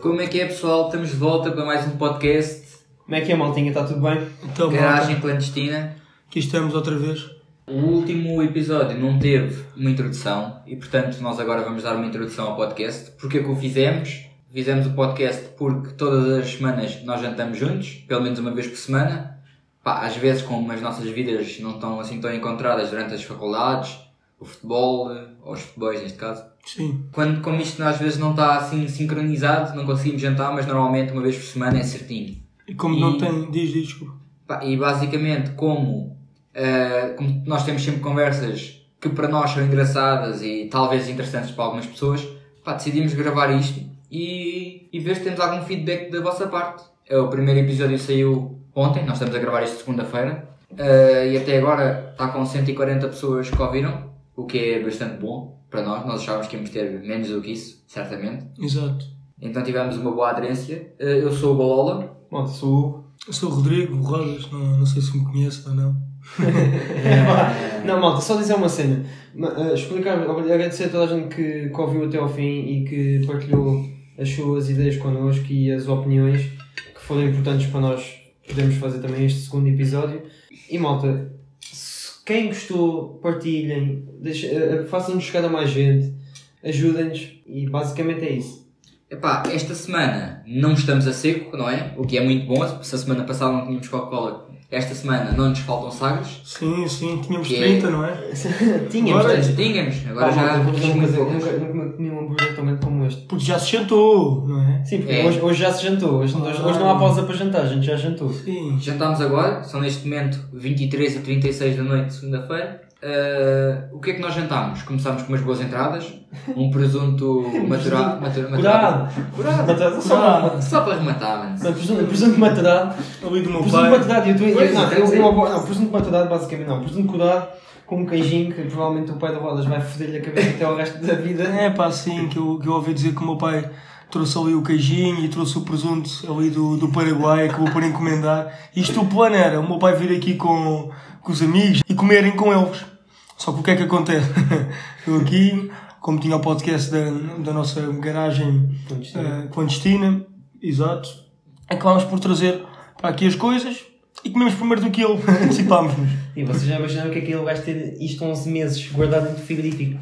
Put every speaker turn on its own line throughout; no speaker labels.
Como é que é pessoal? Estamos de volta para mais um podcast
Como é que é, maltinha? Está tudo bem?
Então,
Garagem
malta,
Clandestina.
aqui estamos outra vez.
O último episódio não teve uma introdução e portanto nós agora vamos dar uma introdução ao podcast. Porquê que o fizemos? Fizemos o podcast porque todas as semanas nós jantamos juntos, pelo menos uma vez por semana. Pá, às vezes como as nossas vidas não estão assim tão encontradas durante as faculdades, o futebol, ou os futebols neste caso.
Sim,
Quando como isto às vezes não está assim sincronizado, não conseguimos jantar, mas normalmente uma vez por semana é certinho.
e como
E-
não tem, diz, diz, desculpa.
Pá, E basicamente como, eh, como nós temos sempre conversas que para nós são engraçadas e talvez interessantes para algumas pessoas, pá, decidimos gravar isto e, e ver se temos algum feedback da vossa parte. É, O primeiro episódio saiu ontem, nós estamos a gravar isto segunda-feira, eh, e até agora está com 140 pessoas que ouviram, o que é bastante bom para nós, nós achávamos que íamos ter menos do que isso, certamente.
Exato.
Então tivemos uma boa aderência. Eh, Eu sou o Balola.
Malta, sou o Hugo.
Eu sou o Rodrigo Rojas, não, não sei se me conhece ou não.
Não, malta, só dizer uma cena. Ma- ah, Explicar, agradecer a toda a gente que, que ouviu até ao fim e que partilhou as suas ideias connosco e as opiniões que foram importantes para nós podermos fazer também este segundo episódio. E malta, se- quem gostou, partilhem, deixa- ah, ah, façam-nos chegar a mais gente, ajudem-nos e basicamente é isso.
Epá, esta semana não estamos a seco, não é? O que é muito bom, se a semana passada não tínhamos Coca-Cola, esta semana não nos faltam sagres.
Sim, sim, tínhamos
Que é-
30, não é?
Tínhamos,
Agora-
tens-
Tínhamos, agora
Pá,
já
malta, vou dizer uma
muito
coisa,
poucas.
nunca, nunca comi um hambúrguer tão grande como este.
Porque já se jantou, não é?
Sim, porque
É.
hoje, hoje já se jantou, hoje, hoje- hoje não há pausa para jantar, a gente já jantou.
Sim.
Jantámos agora, são neste momento 23 e 36 da noite, segunda-feira. Ah, o que é que nós jantámos? Começámos com umas boas entradas, um presunto matura- matura- maturado.
Curado!
Curado!
Maturado, só uma-
Só para arrematar, mano.
Não, presunto, presunto maturado.
Ali do meu
Presunto
pai.
maturado, eu estou
Pois,
eu- não,
tem que
eu-
ser.
eu apo- não, presunto maturado basicamente não. Presunto curado com um queijinho que provavelmente o pai da Rodas vai foder-lhe a cabeça até o resto da vida.
É pá, sim, que eu, que eu ouvi dizer que o meu pai trouxe ali o queijinho e trouxe o presunto ali do, do Paraguai, acabou por encomendar. Isto o plano era o meu pai vir aqui com, com os amigos e comerem com eles. Só que o que é que acontece? Eu aqui, como tinha o podcast da, da nossa garagem eh, clandestina, exato, acabámos por trazer para aqui as coisas e comemos primeiro do que ele, antecipámos-nos.
E vocês já imaginaram que aquele gajo ter isto 11 meses guardado no frigorífico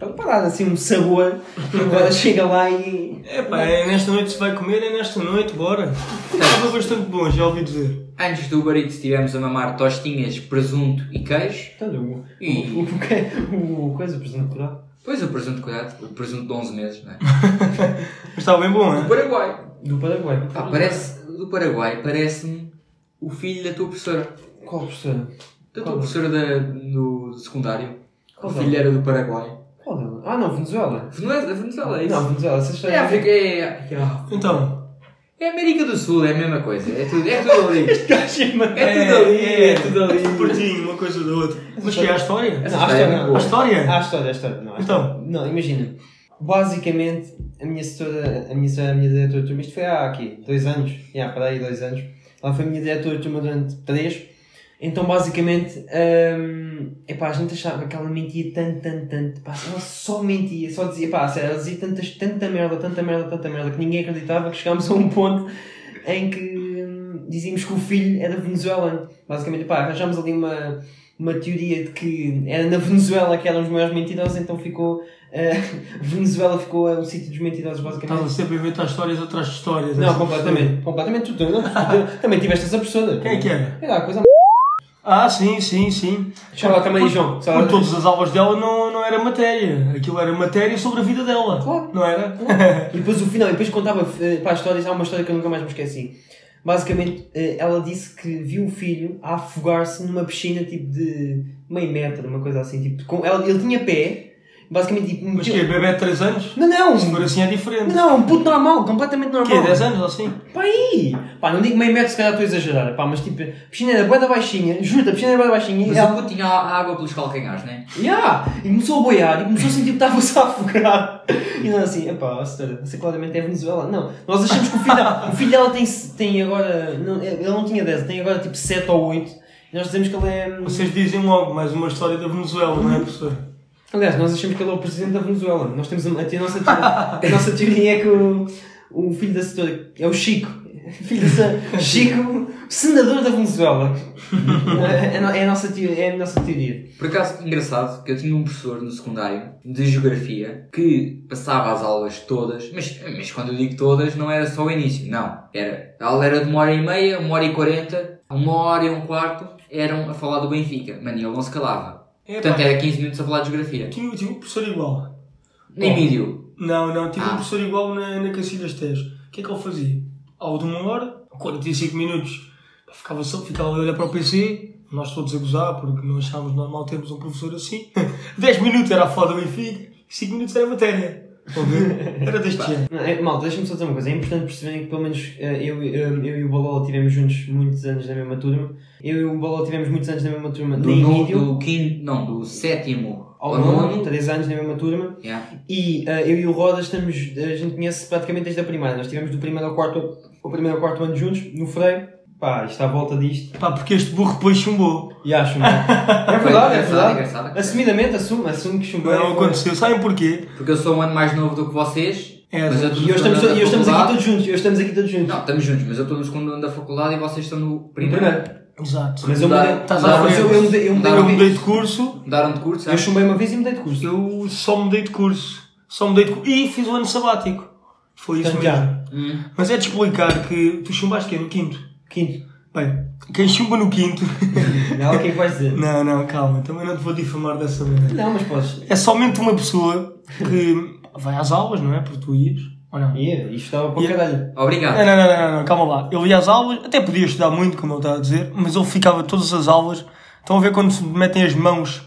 para, para dar assim um sabor e agora chega lá e.
É pá, é nesta noite se vai comer, é nesta noite, bora. Estava É, bastante bom, já ouvi dizer.
Antes do Uber Eats tivemos a mamar tostinhas, presunto e queijo.
Portanto, o,
E-
o, o, que- é? o, coisa, o presunto curado.
Pois o presunto curado, o presunto de 11 meses, não é?
Mas está bem bom, é?
Paraguai.
Do Paraguai.
Pá, Ah, parece, do Paraguai, parece-me o filho da tua professora.
Qual professora?
Da tua
Qual?
professora da, no secundário.
Qual
o filho era do Paraguai.
Qual dela? Ah, não, Venezuela.
Venezuela, Venezuela é isso.
Não, Venezuela, vocês
É África, é,
Então,
é América do Sul, é a mesma coisa. É tudo, é tudo ali. É tudo ali, é tudo ali.
pertinho, um uma coisa da outra. Mas que é a história?
Não, há história, é não.
A história?
Há história, há história. Não, há
Então.
história. Não, imagina. Basicamente, a minha setora, a minha setora, a minha diretora de turma, isto foi há aqui, dois anos. Já, para aí, dois anos. Ela foi a minha diretora de turma durante três. Então, basicamente, hum, epá, a gente achava que ela mentia tanto, tanto, tanto. Pá, ela só mentia, só dizia, pá, sério, ela dizia tantas, tanta merda, tanta merda, tanta merda, que ninguém acreditava que chegámos a um ponto em que hum, dizíamos que o filho era venezuelano. Basicamente, pá, arranjámos ali uma, uma teoria de que era na Venezuela que eram os maiores mentirosos, então ficou. eh, Venezuela ficou eh, o sítio dos mentirosos,
Estava
basicamente.
sempre a inventar histórias atrás de histórias. assim.
Não,
Essa-
completamente. Completamente tu, não, tu- Também tiveste essa professora.
Quem é que era?
Era a coisa.
Ah, sim, sim, sim.
Chama lá também aí, João. Sei lá.
Por todas as aulas dela não, não era matéria. Aquilo era matéria sobre a vida dela.
Claro.
Não era?
E depois o final, e depois contava eh, pá, histórias. Há uma história que eu nunca mais me esqueci. Basicamente, eh, ela disse que viu o filho a afogar-se numa piscina tipo de meio metro, uma coisa assim. Tipo, com, ela, ele tinha pé, basicamente tipo.
Mas
meteu-
que é bebê de 3 anos?
Não, não!
Agora assim é diferente.
Não, um puto normal, completamente normal.
Que é 10 anos ou assim?
Pá, aí! Pá, não digo meio metro, se calhar estou a exagerar, pá, mas tipo, a piscina era bué da baixinha, juro, a piscina era bué da baixinha
Mas
e ela,
o puto tinha a água pelos calcanhares, não é?
Ya! e começou a boiar e começou a sentir que estava-se a afogar. E não assim, epá, a senhora, você claramente é Venezuela. Não, nós achamos que o filho, dela- o filho dela tem, tem agora, não, ele não tinha 10, tem agora tipo 7 ou 8. E nós dizemos que ele é.
Vocês dizem logo mais uma história da Venezuela, não é, professor?
Aliás, nós achamos que ele é o presidente da Venezuela. Nós temos a, a, nossa, teoria, a nossa teoria é que o, o filho da setora, é o Chico, filho da setora, Chico, senador da Venezuela. é, a no- é a nossa teoria, é a nossa teoria.
Por acaso, engraçado que eu tinha um professor no secundário de geografia que passava as aulas todas, mas, mas quando eu digo todas, não era só o início, não. Era, a aula era de uma hora e meia, uma hora e quarenta, uma hora e um quarto, eram a falar do Benfica. Mano, e ele não se calava.
É, pá,
Portanto, era 15 minutos a falar de geografia.
tive, tive um professor igual.
Nem mediu.
Não, não, tive
Ah.
um professor igual na, na Cacilhas Tejo. O que é que ele fazia? Ao de uma hora, 45 minutos, pá, ficava só, ficava a olhar para o PC, nós todos a gozar, porque não achávamos normal termos um professor assim. 10 minutos era a foda do Benfica, 5 minutos era matéria. Estão a ver? Era deste género.
Não, é- malta, deixa-me só dizer uma coisa. É importante perceberem que pelo menos eh, eu, e- eu, eu e o Balol tivemos juntos muitos anos na mesma turma. Eu e o Balol tivemos muitos anos na mesma turma.
Do,
nem
no,
vídeo,
do quinto, não, do sétimo
ao nono, três anos na mesma turma.
Yeah.
E ah, eu e o Rodas estamos, eh, a gente conhece praticamente desde a primeira. Nós estivemos do primeiro ao quarto, o primeiro ao quarto ano juntos, no freio. Pá, isto à volta disto.
Pá, porque este burro depois chumbou.
E acho, mano. É
Foi
verdade, é
engraçado,
verdade.
engraçado.
Assumidamente, assumo, assumo que é chumbei.
Não é, aconteceu. Sabem porquê?
Porque eu sou um ano mais novo do que vocês.
É,
mas eu
e
tô
E
no
hoje estamos,
segundo ano
e
da
hoje estamos aqui
faculdade.
todos juntos, hoje estamos aqui todos juntos.
Não, estamos juntos, mas eu estou no segundo ano da faculdade e vocês estão no primeiro.
Primeiro.
Exato.
Mas eu mudei.
Estás
à
mas eu- eu mudei- eu mudei
Eu
uma vez.
mudei um de curso,
Mudaram de curso,
Eu
sabe?
chumbei uma vez e mudei de curso.
eu só mudei de curso. Só mudei de curso. E fiz o ano sabático. Foi isso
Portanto,
mesmo.
já.
Hum.
Mas é de explicar que tu chumbaste quem? No quinto?
Quinto.
Bem, quem chumba no quinto.
Não, o que é que vais dizer?
não, não, calma, também não te vou difamar dessa maneira.
Não, mas podes.
É somente uma pessoa que vai às aulas, não é? Porque tu ias. Ou não?
Ia, é, isto estava para o
Ia.
caralho.
Obrigado.
Não, não, não, não, não, calma lá. Ele ia às aulas, até podia estudar muito, como ele está a dizer, mas ele ficava todas as aulas. Estão a ver quando se metem as mãos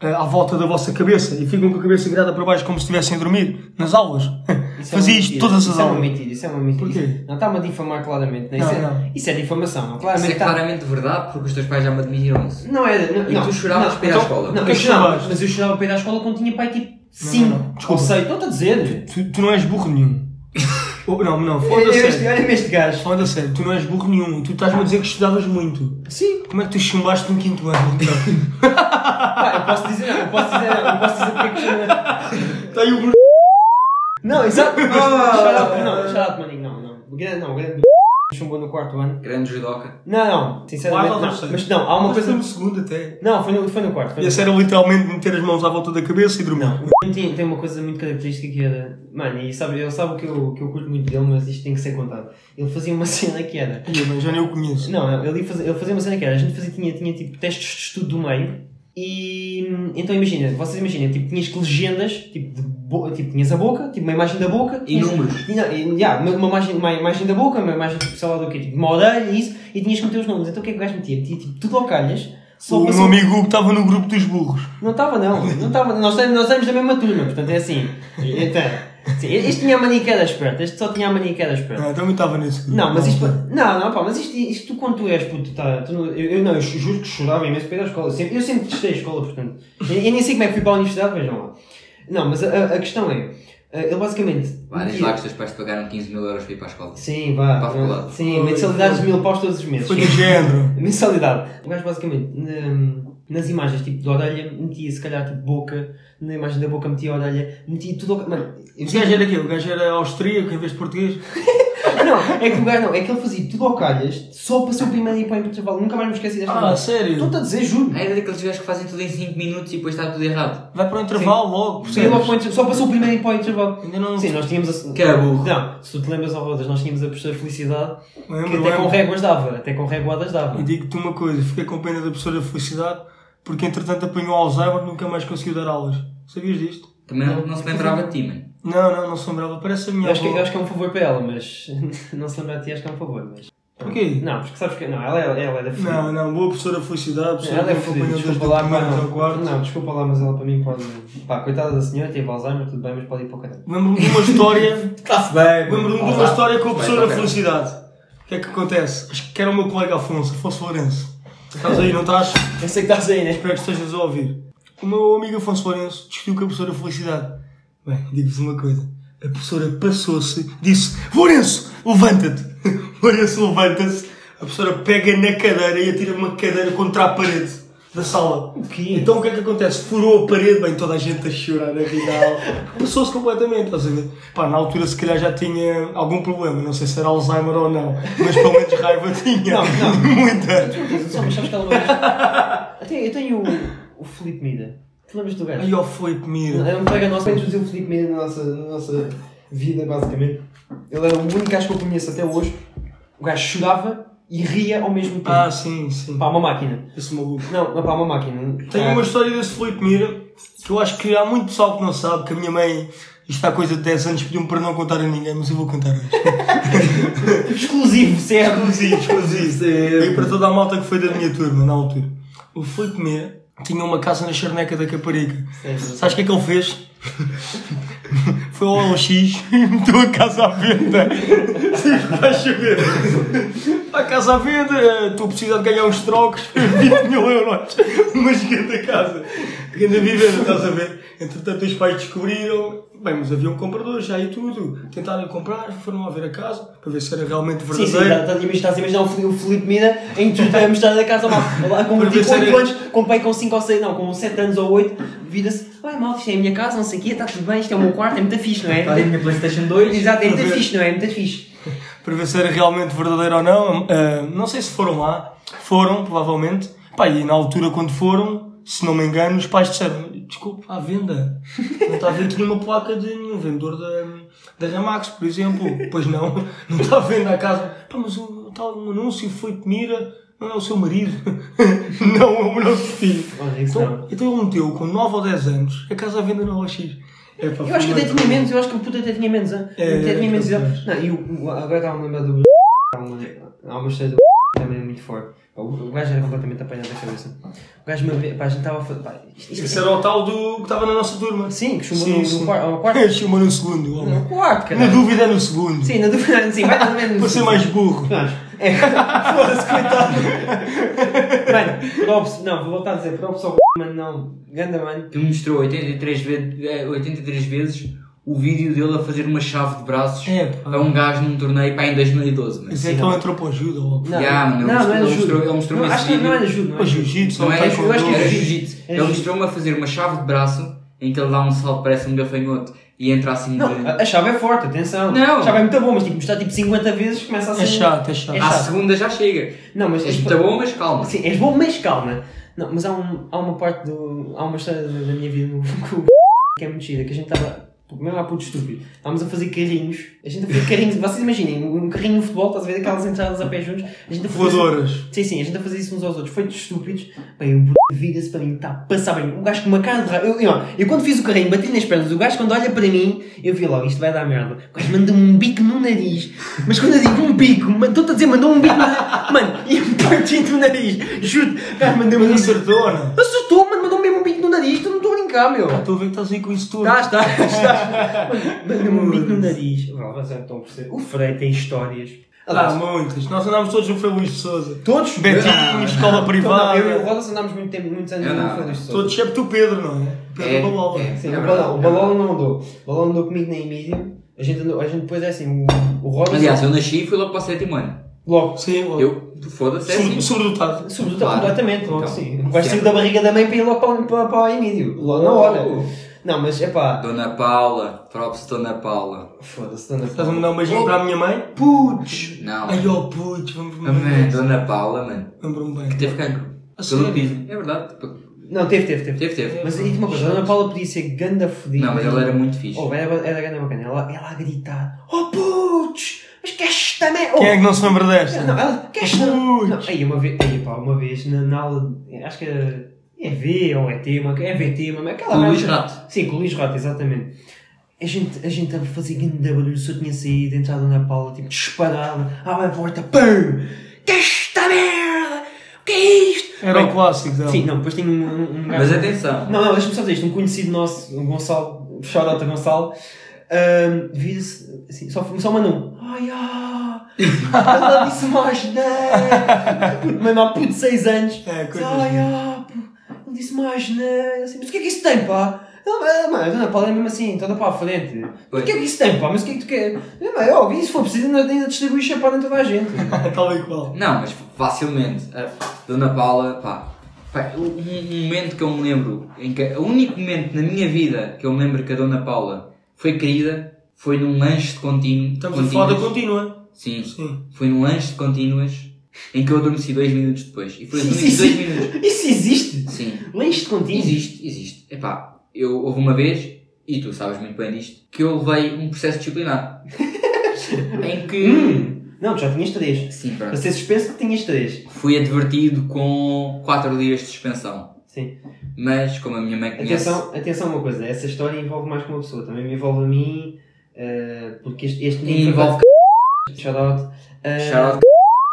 eh, à volta da vossa cabeça e ficam com a cabeça virada para baixo como se estivessem a dormir nas aulas?
Isso é uma
Fazia isto
mentira.
todas as
Isso é uma
aulas.
mentira, isso é uma mentira.
Porquê?
Isso- Não está-me a difamar claramente. né?
Não,
Isso, é,
não.
isso é difamação. não,
Isso
Claramente
é
está-
claramente verdade, porque os teus pais já me admitiram isso.
Não era. Não,
E
não,
tu choravas
não,
para ir à
então-
escola.
Não,
Porque
eu chorava,
choravas.
mas eu chorava para ir à escola quando tinha pai tipo
não,
5
não,
ou
desculpa.
6. Estou-te a dizer.
Tu, tu não és burro nenhum. Ou- não, não,
Eu- eu-
foda-se.
este- Olha-me este gajo.
Foda-se, sério, tu não és burro nenhum. Tu estás-me a dizer que estudavas muito.
Sim.
Como é que tu chumbaste no quinto ano? então?
Pá, eu posso dizer, não, eu posso dizer, eu posso dizer porque é que chorava.
Está Tá aí o Bruno.
Não, exato. mas-
Ah.
Shout out, não, shout out, maninho, não, não. O grande, não, o grande chumbou no quarto ano.
Grande judoca.
Não, não,
Quarto
sinceramente
ou
não.
terceiro?
Mas não, há uma
Mas foi
coisa.
no segundo até.
Não, foi no, foi no quarto. Foi no...
Esse era literalmente meter as mãos à volta da cabeça e dormir.
Não, o tem, tem uma coisa muito característica que era. Mano, e sabe, ele sabe o que eu, que eu curto muito dele, mas isto tem que ser contado. Ele fazia uma cena que era.
Ih, mas já nem o conheço.
Não, não, ele, ia fazer- ele fazia uma cena que era, a gente fazia, tinha, tinha tipo testes de estudo do meio e hum, então imagina, vocês imaginem, tipo, tinhas que legendas, tipo, de bo- tipo, tinhas a boca, tipo uma imagem da boca
E
tinhas-
números.
E, não, e, yeah, uma, uma imagem, uma imagem da boca, uma imagem tipo, sei lá do quê, tipo, uma orelha e isso, e tinhas que meter os nomes. Então o que é que o gajo metia? Metia tipo tudo ao calhas, só
O
para
meu amigo Hugo estava no grupo dos burros.
não estava, não. não estava. Nós, éramos- nós éramos da mesma turma, portanto é assim. Então, sim, este tinha a maniqueira esperta, este só tinha a maniqueira esperta.
Ah, então eu estava nesse grupo.
Não, mas isto. Não, não, pá, mas isto, isto tu quando tu és puto, tá, tu não- eu, eu não, eu juro que chorava imenso para ir à escola. Eu sempre, eu sempre testei a escola, portanto. Eu, eu nem sei como é que fui para a universidade, vejam lá. Não, mas a, a- a questão é. eh, Ele basicamente.
Vá, diz
metia-
lá que os teus pais te pagaram 15 mil euros para ir para a escola.
Sim, vá.
Para a faculdade.
Sim, mensalidades de mil paus todos os meses.
Foi do género.
Mensalidade. O gajo basicamente na- nas imagens tipo de orelha metia se calhar tipo boca, na imagem da boca metia a orelha, metia tudo ao. Mano, eu
O gajo era quê? O gajo era austríaco em vez de português?
Não, é que o gajo não, é que ele fazia tudo ao calhas só para ser o primeiro e para ir para o intervalo. Nunca mais me esqueci desta
Ah, É
merda.
sério?
Estou-te a dizer, juro.
Ah, Era daqueles gajos que fazem tudo em 5 minutos e depois está tudo errado.
Vai para o intervalo
Sim,
logo,
logo
percebes?
para o intervalo- Só passou o primeiro e para o intervalo.
Ainda é não... é
Sim, nós tínhamos a.
Que era burro.
Não, se tu te lembras ao rodas, nós tínhamos a professora Felicidade que
Lembro,
até com
lembro.
réguas dava, até com réguadas dava.
E digo-te uma coisa, fiquei com pena da professora Felicidade, porque entretanto apanhou Alzheimer e nunca mais conseguiu dar aulas. Sabias disto?
Também não, não se lembrava de ti, mano.
Não, não, não se lembrava. Parece a minha
Eu acho, que, eu
avó.
acho que é um favor para ela, mas não se lembra de ti, acho que é um favor. Mas...
Porquê?
Não, porque sabes que. Não, ela, é- ela é da Felicidade.
Não, não, boa professora Felicidade, professora
Ela é
que acompanhou
fodida,
desde o
desculpa lá,
primeiro
mas
até o
não,
um quarto.
não, desculpa lá, mas ela para mim pode. Pá, coitada da senhora, teve Alzheimer, tudo bem, mas pode ir para o canal.
Lembro-me de uma história,
Está-se Tá, bem,
lembro-me de uma história com a professora
ok.
Felicidade. O que é que acontece? Acho que era o meu colega Afonso, Afonso Lourenço. Estás aí, não estás?
Eu sei que estás aí, né?
Espero que estejas a ouvir. O meu amigo Afonso Lourenço discutiu com a professora Felicidade. Bem, digo-vos uma coisa. A professora passou-se, disse: Lourenço, levanta-te! Lourenço levanta-se. A professora pega na cadeira e atira uma cadeira contra a parede. da sala.
O quê?
Então o que é que acontece? Furou a parede, bem, toda a gente a chorar na final. Passou-se completamente, estás a ver? Pá, na altura se calhar já tinha algum problema, não sei se era Alzheimer ou não, mas pelo menos raiva tinha.
Não, não.
Muita.
Só, mas sabes que ela vai- Eu tenho, eu tenho o, o Felipe Mida. Tu lembras do gajo?
Aí ó, foi comida.
Era um colega nosso para introduzir o Felipe Mida na nossa, na nossa vida, basicamente. Ele era o único gajo que eu conheço até hoje. O gajo chorava e ria ao mesmo tempo.
Ah, sim, sim.
Pá, uma máquina.
Esse maluco.
Não, não pá, uma máquina.
Tenho
Ah,
uma história desse Felipe Mira que eu acho que há muito pessoal que não sabe, que a minha mãe, isto há coisa de 10 anos, pediu-me para não contar a ninguém, mas eu vou contar hoje.
Exclusivo, certo?
Exclusivo, exclusivo. E para toda a malta que foi da minha turma, na altura. O Felipe Mira tinha uma casa na charneca da Caparica. Sabes o que é que ele fez? Foi ao LX e meteu a casa à venda. Sim, Vais saber. A casa à venda, estou a precisar de ganhar uns trocos, 20 mil euros. Uma gigante casa. Grande vivenda, estás a ver? Entretanto, os pais descobriram. Bem, mas havia um comprador já e tudo. Tentaram comprar, foram lá ver a casa, para ver se era realmente
Sim, assim, sim,
verdadeira.
estás a imaginar, estás a imaginar o um Fili- o Filipe Mina em tudo a mostrar da casa lá, lá com
Para ver se
8
era-
anos, com pai com 5 ou 6, não, com 7 anos ou 8, vira-se, ah, mal, isto é a minha casa, não sei o quê, está tudo bem, isto é o meu quarto, é muito fixe, não é?
Está aí a minha Playstation 2.
Exato, é muito
Para ver.
fixe, não é? Muito fixe.
para ver se era realmente verdadeiro ou não. Ah, não sei se foram lá. Foram, provavelmente. Pá, e na altura, quando foram, se não me engano, os pais disseram: Desculpa, à venda. Não está a ver aqui nenhuma placa de nenhum vendedor da, da Ramax, por exemplo. Pois não, não está a venda a casa. Pá, mas o tal um anúncio foi de mira. Não é o seu marido. Não, é o meu filho.
Olha, isso não.
Então, então ele meteu com 9 ou 10 anos a casa à venda na OX. É, pá,
Eu acho que
foi
até
muito
tinha menos, eu acho que o puto até tinha menos, ah,
É,
até tinha menos.
talvez.
idade. Não, e o, o- agora estava-me a lembrar do. Há uma, há uma história do também é muito forte. O, o gajo era completamente apanhado da cabeça. O gajo, uma vez, pá, a gente estava a fazer. pá, isto- isto-
Esse era o tal do que estava na nossa turma.
Sim, que chumou no- no quarto- ao
É,
quarto.
chumou no segundo. homem.
No quarto,
Na
caralho.
dúvida é no segundo.
Sim, na dúvida, sim, vai mais ou menos.
Para ser mais burro.
É, foda-se, coitado. Mano, props, não, vou voltar a dizer, props ao c****, mano, não. Ganda, mano.
que mostrou 83 vezes, eh, 83 vezes o vídeo dele a fazer uma chave de braços
É, pá.
a um gajo num torneio pá, em 2012. Mas...
Mas é que ele entrou para o judo. ó.
Não, é
Yeah, mano, é um
não,
ele
não era
mostrou-
judo.
ele mostrou
Não,
esse
Acho que não
vídeo.
era judo, não é?
Para
era judo.
jiu-jitsu.
Não
ou
era,
taekwondo.
eu acho que era
É
jiu-jitsu.
jiu-jitsu.
Ele mostrou-me a fazer uma chave de braço em que ele dá um salto, parece um gafanhoto, e entra assim de.
Não, a- a chave é forte, atenção.
Não.
A chave é muito boa, mas tipo, mostrar tipo 50 vezes começa a ser.
É chato, é chato.
É
À
chato.
segunda já chega.
Não, mas.
És muito bom, mas calma.
Sim, és bom, mas calma. Não, mas há, um, há uma parte do. Há uma história da da minha vida no que o que é muito gira, que a gente estava. Mesmo há puto estúpido. Estávamos a fazer carrinhos. A gente a fazer carrinhos. Vocês imaginem, um carrinho no futebol, estás a ver aquelas entradas a pé juntos. A gente a fazer
Voadoras.
Sim, sim, a gente a fazer isso uns aos outros. Foi de estúpidos. Bem, o b... vira-se para mim, está a passar bem. Um gajo com uma cara de raiva. Eu, eu, eu quando fiz o carrinho, bati nas pernas. O gajo quando olha para mim, eu vi logo, isto vai dar merda. O gajo mandou um bico no nariz. Mas quando eu digo um bico, ma- estou-te a dizer, mandou um bico no nariz. Mano, e eu parti do nariz. Juro. O gajo mandou-me um
Mas
bico.
acertou, não?
Assustou, mano, mandou mesmo um bico no nariz. Tu não estou a brincar, meu.
Estou a ver que estás aí com isso tudo.
Está, está, está. Mano, Mandou-me um bico no nariz. Vá, vocês não estão a perceber. O Frei tem histórias. Tá. Ah,
Há Ah, muitas. Nós andámos todos no Frei Luís de Souza.
Todos?
Betinho, tipo, escola
Então, não, eu e o
privada.
Rodas andámos muito tempo, muitos anos
Eu não.
no Fernandes de Souza.
Todos, excepto o Pedro, não é? Pedro
É,
Balola.
é.
Sim,
É
o
verdade,
Balão, o
é
Balão não andou. O Balão andou comigo na Emília. A gente, andou, a gente depois é assim, o, o Rodas.
Aliás, eu nasci e fui logo para o sétimo ano.
logo.
Sim, ó.
Eu, foda-se, é assim.
Sobre- Sobredotado.
Sobretudo
Claro.
completamente, logo
Então,
sim. O gajo saiu
sempre.
da barriga da mãe para ir logo para, para, para o Emílio. Logo
Oh.
na hora. Não, mas é pá.
Dona Paula, props Dona Paula.
Foda-se, dona.
Estás a mandar um beijinho para a minha mãe? Putz!
Não.
Ai, ó, putz, vamos
A mãe, Dona Paula, mano,
Lembro-me bem.
que teve cancro.
A
Pelo
sério?
que dizem. É verdade. tipo,
Não, teve, teve, teve.
Teve, teve.
Mas e uma coisa, a Dona Paula podia ser ganda fodida.
Não, mas ela era muito fixe.
Oh, era, era ganda bacana. Ela, ela a gritar: Oh putz, mas que esta merda. oh,
Quem é que não se lembra desta?
Não, ela, que esta.
Putz.
Não, aí uma vez, aí, pá, uma vez na, na aula, acho que era EV ou ET, uma, EVT, uma, aquela
Com o Luís
merda.
Rato.
Sim, com o Luís Rato, exatamente. A gente, a gente estava a fazer grande barulho, só tinha saído, entrado na Paula, tipo, disparada, abre a porta, PAM! Que esta merda! O que é isto?
Era
Bem,
o clássico dela.
Sim, não, depois tinha um, um, um
Mas atenção.
não, não, deixa-me só dizer isto. Um conhecido nosso, o Gonçalo, shout out a Gonçalo, ahm, vira-se assim, só, só mandou um. Ai, ah, ela disse mais não. Mano, há né?" um, puto de 6 anos.
É, coisas
Ai, ah, pô, ele disse mais não. Assim, mas o que é que isso tem, pá? Ela, ah, Mano, a dona Paula é mesmo assim, toda para a frente. Mas O que é que isso tem, pá? Mas o que é que tu quer? Eu, mano, óbvio, e se for preciso, ainda ainda distribui chapar em toda a gente.
Tal e qual.
Não, mas facilmente. A Dona Paula, pá, Pá, um, um momento que eu me lembro, em que, o único momento na minha vida que eu me lembro que a Dona Paula foi querida foi num lanche de contínuo.
Estamos a
contínuas.
falar da contínua.
Sim,
Então, Sim.
foi num lanche de contínuas em que eu adormeci dois minutos depois. E foi os
Sim,
únicos
sim,
dois
sim.
minutos.
Isso existe?
Sim.
Lanche de contínuo?
Existe, existe. Epá, eu houve uma vez, e tu sabes muito bem disto, que eu levei um processo disciplinar. em que.
Hum. Não, tu já tinhas três.
Sim,
Para
pronto.
ser suspenso, tinhas três.
Fui advertido com 4 dias de suspensão.
Sim.
Mas, como a minha mãe conhece.
Atenção, atenção a uma coisa. Essa história envolve mais que uma pessoa. Também me envolve a mim. eh, porque este, este
E envolve
Shout out. Eh,
Shout out,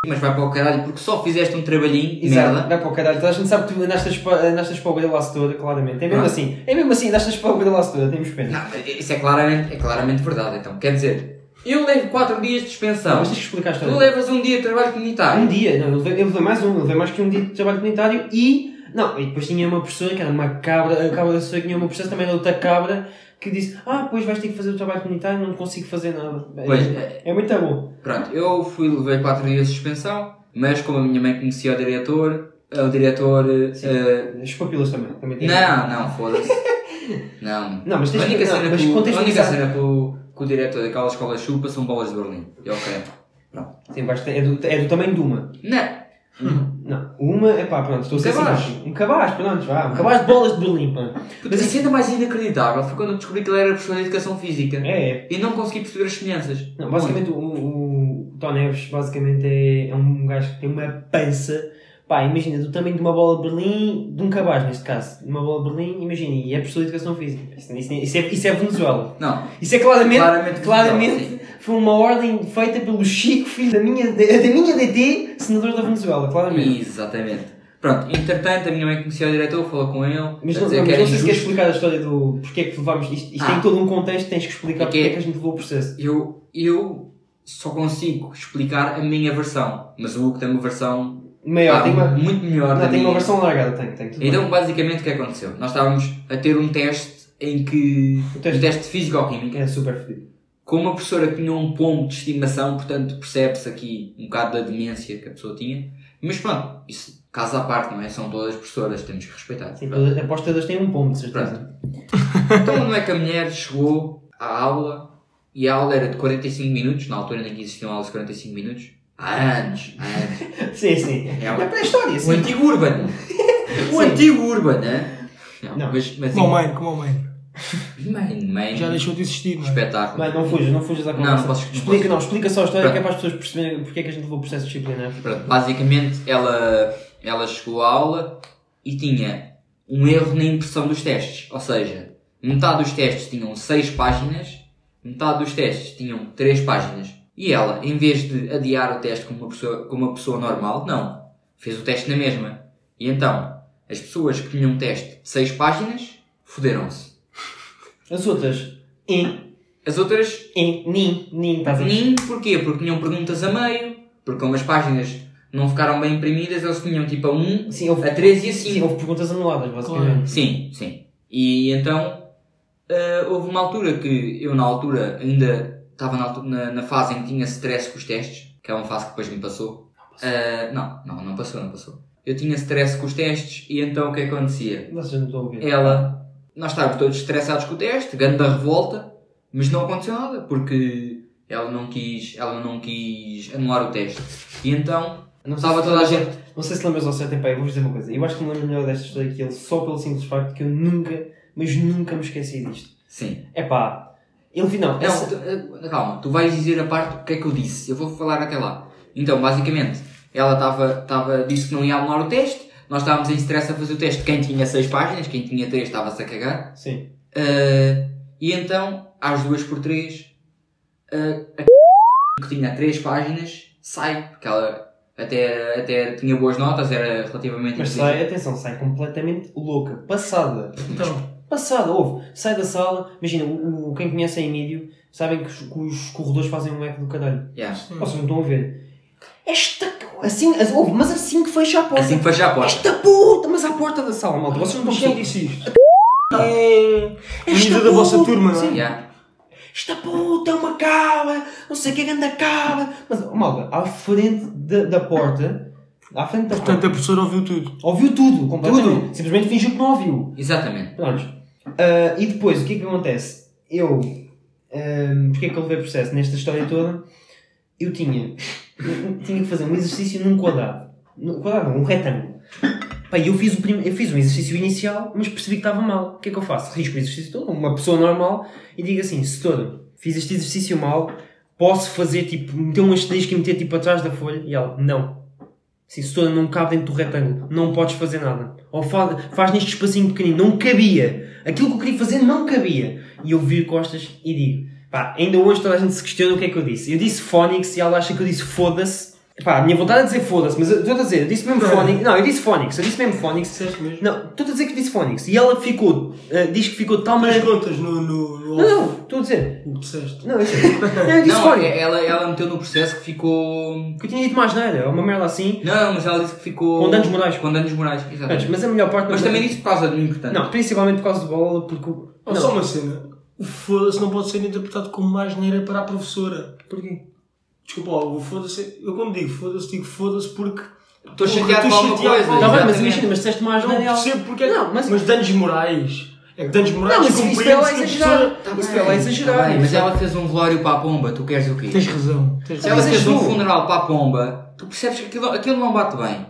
mas vai para o caralho porque só fizeste um trabalhinho,
Exato,
merda.
vai para o caralho. Toda a gente sabe que tu andaste a espa- andaste a espalhar o laço toda, claramente. É mesmo
Ah.
assim. É mesmo assim, andaste a espalhar o laço toda. Temos pena.
Não, isso é claramente, é claramente verdade. Então, quer dizer, eu levo 4 dias de suspensão.
Mas tens que explicar a
Tu
história.
levas um dia de trabalho comunitário.
Um dia, não, eu levei, eu levei mais um, eu levei mais que um dia de trabalho comunitário e. Não, e depois tinha uma professora que era uma cabra, a cabra da senhora que tinha uma professora também era outra cabra que disse: Ah, pois vais ter que fazer o trabalho comunitário, não consigo fazer nada. Bem,
Pois, eh,
É muito bom.
Pronto, eu fui, levei 4 dias de suspensão, mas como a minha mãe conhecia o diretor, eh, o diretor. eh,
Sim.
eh,
As papilas também. também tem-
não, não, foda-se. não.
Não, mas
a
tens que.
única
Não,
cena,
mas
que, o- a única
contextualizar.
cena que, o, que o diretor daquela escola chupa são bolas de Berlim. E ok. Pronto.
Sim, basta, é, do, é do tamanho de uma.
Não.
Não, uma, é pá, pronto, estou a ser
Cabaz.
simpático. Um cabaz, pronto, vá. Um cabaz de bolas de Berlim, pá.
Mas a cena mais inacreditável foi quando eu descobri que ele era professor de educação física.
É, é.
E não consegui perceber as semelhanças.
Não, basicamente o, o, o Tom Neves basicamente é, é um gajo que tem uma pança, pá, imagina, do tamanho de uma bola de Berlim, de um cabaz neste caso, de uma bola de Berlim, imagina, e é professor de educação física. Isso, isso- isso é, isso é Venezuela.
Não,
Isso é claramente,
Claramente
claramente,
Venezuela,
foi uma ordem feita pelo Chico, filho da minha, da minha DT, senador da Venezuela, claramente.
exatamente. Pronto, entretanto, a minha mãe conhecia o diretor, falou com ele,
Mas
a
não,
dizer
mas
que era
não sei se
injusto.
queres explicar a história do porque é que levámos isto. Isto
Ah.
tem todo um contexto, tens que explicar
Porque-
porque é que a gente levou o processo.
Eu, eu só consigo explicar a minha versão, mas o Hugo tem uma versão
Maior,
pá,
tem uma,
muito Ah, melhor da
não, tem
minha.
uma versão largada, tem, tem. tudo
Então, basicamente, o que aconteceu? Nós estávamos a ter um teste em que.
O
um
teste-
teste de físico-química,
bem. É super fedido.
com uma professora que tinha um pombo de estimação, portanto, percebe-se aqui um bocado da demência que a pessoa tinha. Mas pronto, isso, caso à parte, não é? São todas professoras, temos que respeitar.
Sim,
Pronto.
todas, aposto que todas têm um pombo, de certeza.
Então não é que a mulher chegou à aula e a aula era de 45 minutos, na altura nem que existiam aulas de 45 minutos. Há anos, há anos.
Sim, sim.
É
É
uma-
para a história,
O
sim.
antigo Urban. O
Sim.
antigo Urban, né? Não,
Não.
mas, mas
Como a mãe, como a mãe.
Mãe, mãe.
Já deixou de existir, não é?
Um Espetáculo.
Mas não fujas, não fujas à
Não,
conversa.
não posso- não
explica,
posso.
não, explica só a história
Pronto.
que é para as pessoas perceberem porque é que a gente levou o processo disciplinar.
Pronto, basicamente ela, ela chegou à aula e tinha um erro na impressão dos testes. Ou seja, metade dos testes tinham 6 páginas, metade dos testes tinham 3 páginas. E ela, em vez de adiar o teste como uma pessoa, como uma pessoa normal, não. Fez o teste na mesma. E então, as pessoas que tinham um teste de 6 páginas, foderam-se.
As outras, em,
As outras
em, nin, nin, estás a ver?
Nem porquê? Porque tinham perguntas a meio, porque como as páginas não ficaram bem imprimidas, eles tinham tipo a 1,
Sim, houve,
a 3 e a
sim,
5.
houve perguntas anuladas, basicamente.
Sim, sim. E então ah, houve uma altura que eu na altura ainda estava na, altu- na, na fase em que tinha stress com os testes, que é uma fase que depois me passou. Ah, não, não, não passou, não passou. Eu tinha stress com os testes e então o que é que acontecia?
Vocês não estão a ouvir.
ela, nós estávamos todos estressados com o teste, grande da revolta, mas não aconteceu nada, porque ela não quis, ela não quis anular o teste. E então,
Não sei
estava
se-
toda a gente.
Não sei se lembras ao certo, epá, eu vou-vos dizer uma coisa. Eu acho que me lembro melhor desta história que ele só pelo simples facto que eu nunca, mas nunca me esqueci disto.
Sim.
Epá, ele final,
Não,
essa-
tu- eh, calma, tu vais dizer a parte o que é que eu disse, eu vou falar até lá. Então, basicamente, ela estava, estava, disse que não ia anular o teste, nós estávamos em stress a fazer o teste. Quem tinha seis páginas, quem tinha três estava-se a cagar.
Sim.
Uh, e então, às duas por três, uh, a que tinha três páginas sai, porque ela até, até tinha boas notas, era relativamente
Mas
inteligente.
sai, atenção, sai completamente louca, passada.
Então,
Passada, houve. Sai da sala. Imagina, o, o- quem conhece a Emílio sabem que os, que os corredores fazem um eco do caralho.
Yeah.
sim.
Vocês não estão a ver. Esta. Assim, as- houve, mas assim que fecha a porta.
Assim que fecha a porta.
Esta puta! Mas à porta da sala, malta. Vocês não
Mas quem
estão a
disse isto? É. Menina da vossa turma, não é?
Yeah.
Esta puta é uma cabra! Não sei o que é grande cabra! Mas, oh, malta, à frente da, da porta à frente da
Portanto, a
Portanto,
professora ouviu tudo.
Ouviu tudo, completamente.
Tudo.
Simplesmente fingiu que não ouviu.
Exatamente.
Pronto. Ah, e depois, o que é que acontece? Eu. ahm, porque é que eu levei processo nesta história toda? Eu tinha. eu tinha que fazer um exercício num quadrado. Num quadrado, não, um retângulo. Pá, e eu fiz, o prim... eu fiz um exercício inicial, mas percebi que estava mal. O que é que eu faço? Risco o exercício todo, uma pessoa normal, e digo assim: setor, fiz este exercício mal, posso fazer tipo, meter um asterisco e meter tipo atrás da folha? E ela: não. Sim, se toda não cabe dentro do retângulo, não podes fazer nada. Ou fa- faz neste espacinho pequenino, não cabia. Aquilo que eu queria fazer não cabia. E eu viro costas e digo, pá, ainda hoje toda a gente se questiona o que é que eu disse. Eu disse Phonics e ela acha que eu disse foda-se. Pá, a minha vontade é dizer foda-se, mas eu estou a dizer, eu disse mesmo Phonics. Não, eu disse Phonics, eu disse mesmo Phonics.
Disseste mesmo.
Não, estou a dizer que disse Phonics. E ela ficou, eh, diz que ficou de tal
Mas
maneira.
é contas no, no, no
Não, não, estou a dizer.
o que disseste.
Não, eu, não, eu disse
Não, é-
Phonics.
ela, ela meteu no processo que ficou.
Que eu tinha dito mais nada, uma merda assim.
Não, mas ela disse que ficou.
Com danos morais.
Com danos morais, exatamente.
Mas a melhor parte.
Mas também disse por causa de mim, portanto.
Não, principalmente por causa do bola, porque. o-
Oh,
Não.
Só uma cena. O foda-se não pode ser interpretado como mais neira para a professora.
Porquê?
Desculpa, ó, o foda-se. Eu quando digo foda-se, digo foda-se porque.
Estou
porque
chateado com alguma
chateado
coisa.
com-
Tá bem, mas
Ah, Exatamente.
imagina, mas disseste mais
Não
nada.
percebo porque é
Não,
que.
mas-
mas... danos morais. É que danos morais
Não, mas isso foi ela
compreende-se que a
exagerar.
professora-
Isso é foi ela
tipo, Tá
exagerar.
bem, mas ela fez um velório para a pomba, tu queres o quê?
Tens razão. Tens
Se
razão.
ela
Mas és
fez um
tu.
funeral para a pomba, tu percebes que aquilo, aquilo não bate bem.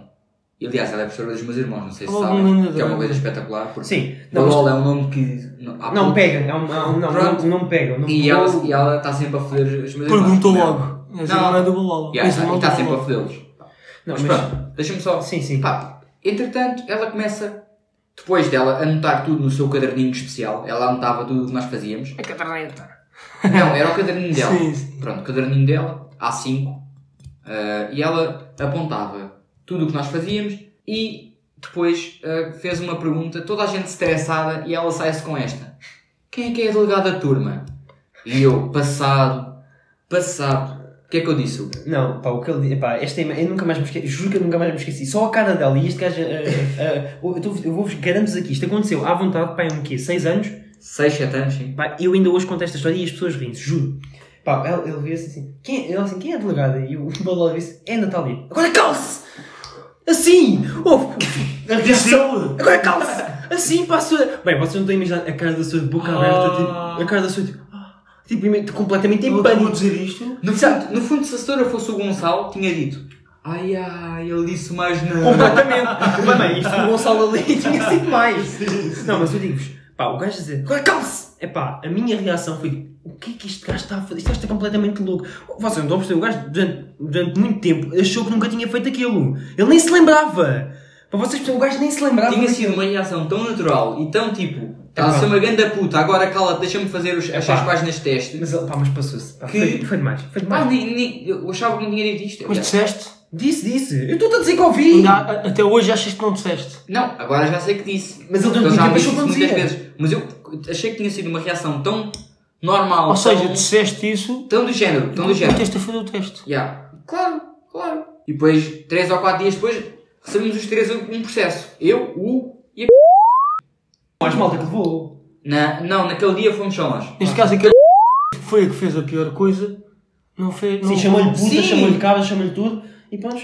E, aliás, ela é professora dos meus irmãos, não sei se
Logo
sabem,
linda,
que é uma
droga.
coisa espetacular, porque
Sim, não, mas-
Balol é um nome que... Não, há
não
pouco-
pega, é um, é um- não,
Pronto.
não, não pega. Não,
E ela, e ela está sempre a foder os meus irmãos.
Perguntou
não é?
logo. Mas
Não.
não é do Bololo.
Yeah,
Isso
e
não
está
é do
sempre a
Bololo.
fodê-los.
não,
Mas
mas,
pronto, Tá deixa-me só...
Sim, sim.
Pá, entretanto, ela começa... Depois dela anotar tudo no seu caderninho especial, ela anotava tudo o que nós fazíamos.
É caderneta.
Não, era o caderninho dela.
Sim, sim.
Pronto, caderninho dela, A5. eh, e ela apontava tudo o que nós fazíamos e depois eh, fez uma pergunta, toda a gente estressada, e ela sai-se com esta. Quem é que é a delegada da turma? E eu, passado, passado. O que é que eu disse? Hugo?
Não, pá, o que ele diz, pá, esta ima- eu nunca mais me esqueci, juro que eu nunca mais me esqueci. Só a cara dela e este gajo. ah, ah, ah, eu tô- eu vou-vos garanto-vos aqui, isto aconteceu à vontade, pá, em um quê? 6 anos?
seis sete anos, sim.
Pá, eu ainda hoje conto esta história e as pessoas riem juro. Pá, ele, ele veio assim, assim, quem, ele assim, quem é a delegada? E o Baló disse, é a Natália. Agora calce! Assim! Ouve! A reação! Agora calce! Assim passa... Bem, vocês não têm imaginado a cara da sua de boca
Ah.
aberta, tipo, a cara da sua tipo... ah, Tipo, ime- completamente em
Eu vou
pânico.
dizer isto.
No fundo, no fundo, se a senhora fosse o Gonçalo, tinha dito: Ai ai, ele disse mais não.
Completamente. Mas bem, isto o Gonçalo ali tinha sido mais. Não, mas eu digo-vos, pá, o gajo a dizer, agora calce! É pá, a minha reação foi, o que é que este gajo está a fazer? Este gajo está completamente louco. Vocês não estão a perceber, o gajo durante, durante muito tempo achou que nunca tinha feito aquilo. Ele nem se lembrava. Para vocês perceberem, o gajo nem se lembrava.
Tinha
daquilo.
sido uma reação tão natural e tão tipo: Estás a
Epá.
ser uma ganda puta, agora cala-te, deixa-me fazer os, as
Epá.
seis páginas de teste.
Mas, ele- pá, mas passou-se. Pá,
Que-
Foi, foi demais. Foi
Ah,
demais.
nem, nem, eu achava que não tinha dito isto.
Mas
Aliás,
disseste?
disse, disse. Eu estou a dizer que ouvi.
Ainda- a- Até hoje achas que não disseste.
Não, agora já sei que disse.
Mas ele
Eu
durante muito
já
tempo
me disse
achou que não
muitas
dizia.
vezes. Mas eu achei que tinha sido uma reação tão normal,
Ou seja,
tão,
disseste isso.
tão do género, tão do
Não
género.
tens a fazer o teste.
Yeah. Claro, claro. E depois, 3 ou 4 dias depois, recebemos os três um processo. Eu, o e a...
Mais malta que levou.
Na, não, naquele dia fomos só nós.
Neste caso, aquele que foi a que fez a pior coisa. Não fez.
Sim,
não-
chamou-lhe
Sim.
puta, chamou-lhe cabra, chamou-lhe tudo. E pronto.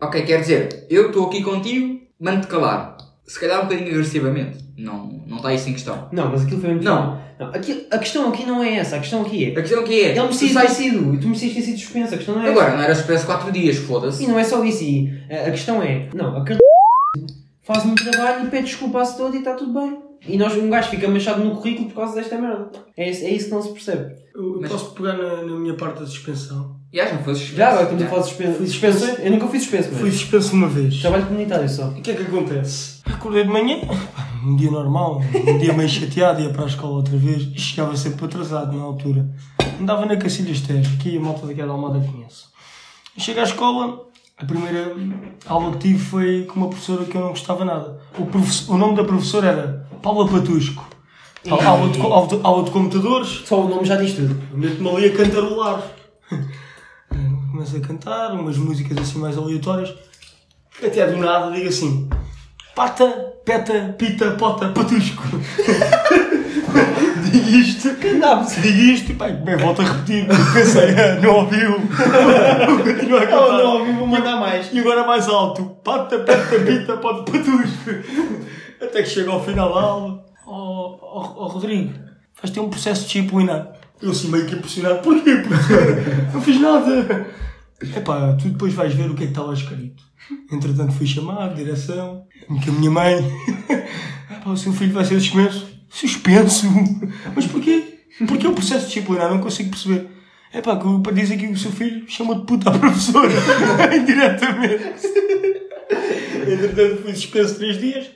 Ok, quer dizer, eu estou aqui contigo, mando-te calar. Se calhar um bocadinho agressivamente. Não, não está isso em questão.
Não, mas aquilo foi mesmo.
Não.
não aqui, a questão aqui não é essa, a questão aqui
A
é.
questão que é,
Ele
tu
merecia ter
sais...
sido, e tu merecias ter sido suspenso, a questão não é
Agora, não era suspenso 4 dias, foda-se.
essa. E não é só isso, e a, a questão é. Não, a car... faz um trabalho e pede desculpa à toda e está tudo bem. E nós, um gajo fica manchado no currículo por causa desta merda. É, isso- é isso que não se percebe.
Eu
Mas-
posso pegar na, na minha parte da suspensão.
Já, não foi suspenso.
Já agora estamos a falar de suspenso.
Fui
Suspensões? Eu nunca fui suspenso,
Fui
mas.
suspenso uma vez.
Trabalho comunitário só.
O que é que acontece? Acordei de manhã, um dia normal, um dia meio chateado, ia para a escola outra vez e chegava sempre atrasado na altura. Andava na Cacilhas Tejo, que a malta daqui da Almada conhece. Chego à escola, a primeira aula que tive foi com uma professora que eu não gostava nada. O, profe- o nome da professora era Paula Patusco. Tal- Aula de, co- aula de- aula de computadores,
Só o nome já diz tudo.
eu Meto-me ali a cantarolar. Começo a cantar, umas músicas assim mais aleatórias. Até do nada digo assim: Pata, peta, pita, pota, patusco. digo isto,
Stand-up.
digo isto, e pá, bem, volto a repetir, porque pensei, ah, não ouviu, Vou continuar a cantar.
Ela não ouviu, vou mandar mais.
E agora mais alto, pata, pata, pita, pata, patus. Até que chega ao final da aula. Ó ó, ó, Rodrigo, vais ter um processo disciplinar. Eu assim meio que impressionado. Porquê, professor? Não fiz nada. Epá, tu depois vais ver o que é que está lá escrito. Entretanto fui chamado, direção, que a minha mãe. Epá, Ah, o seu filho vai ser suspenso. Suspenso? Mas porquê? Porquê o processo disciplinar? Não consigo perceber. Epá, que o- para dizer que o seu filho chamou de puta à professora. Indiretamente. Entretanto fui suspenso três dias.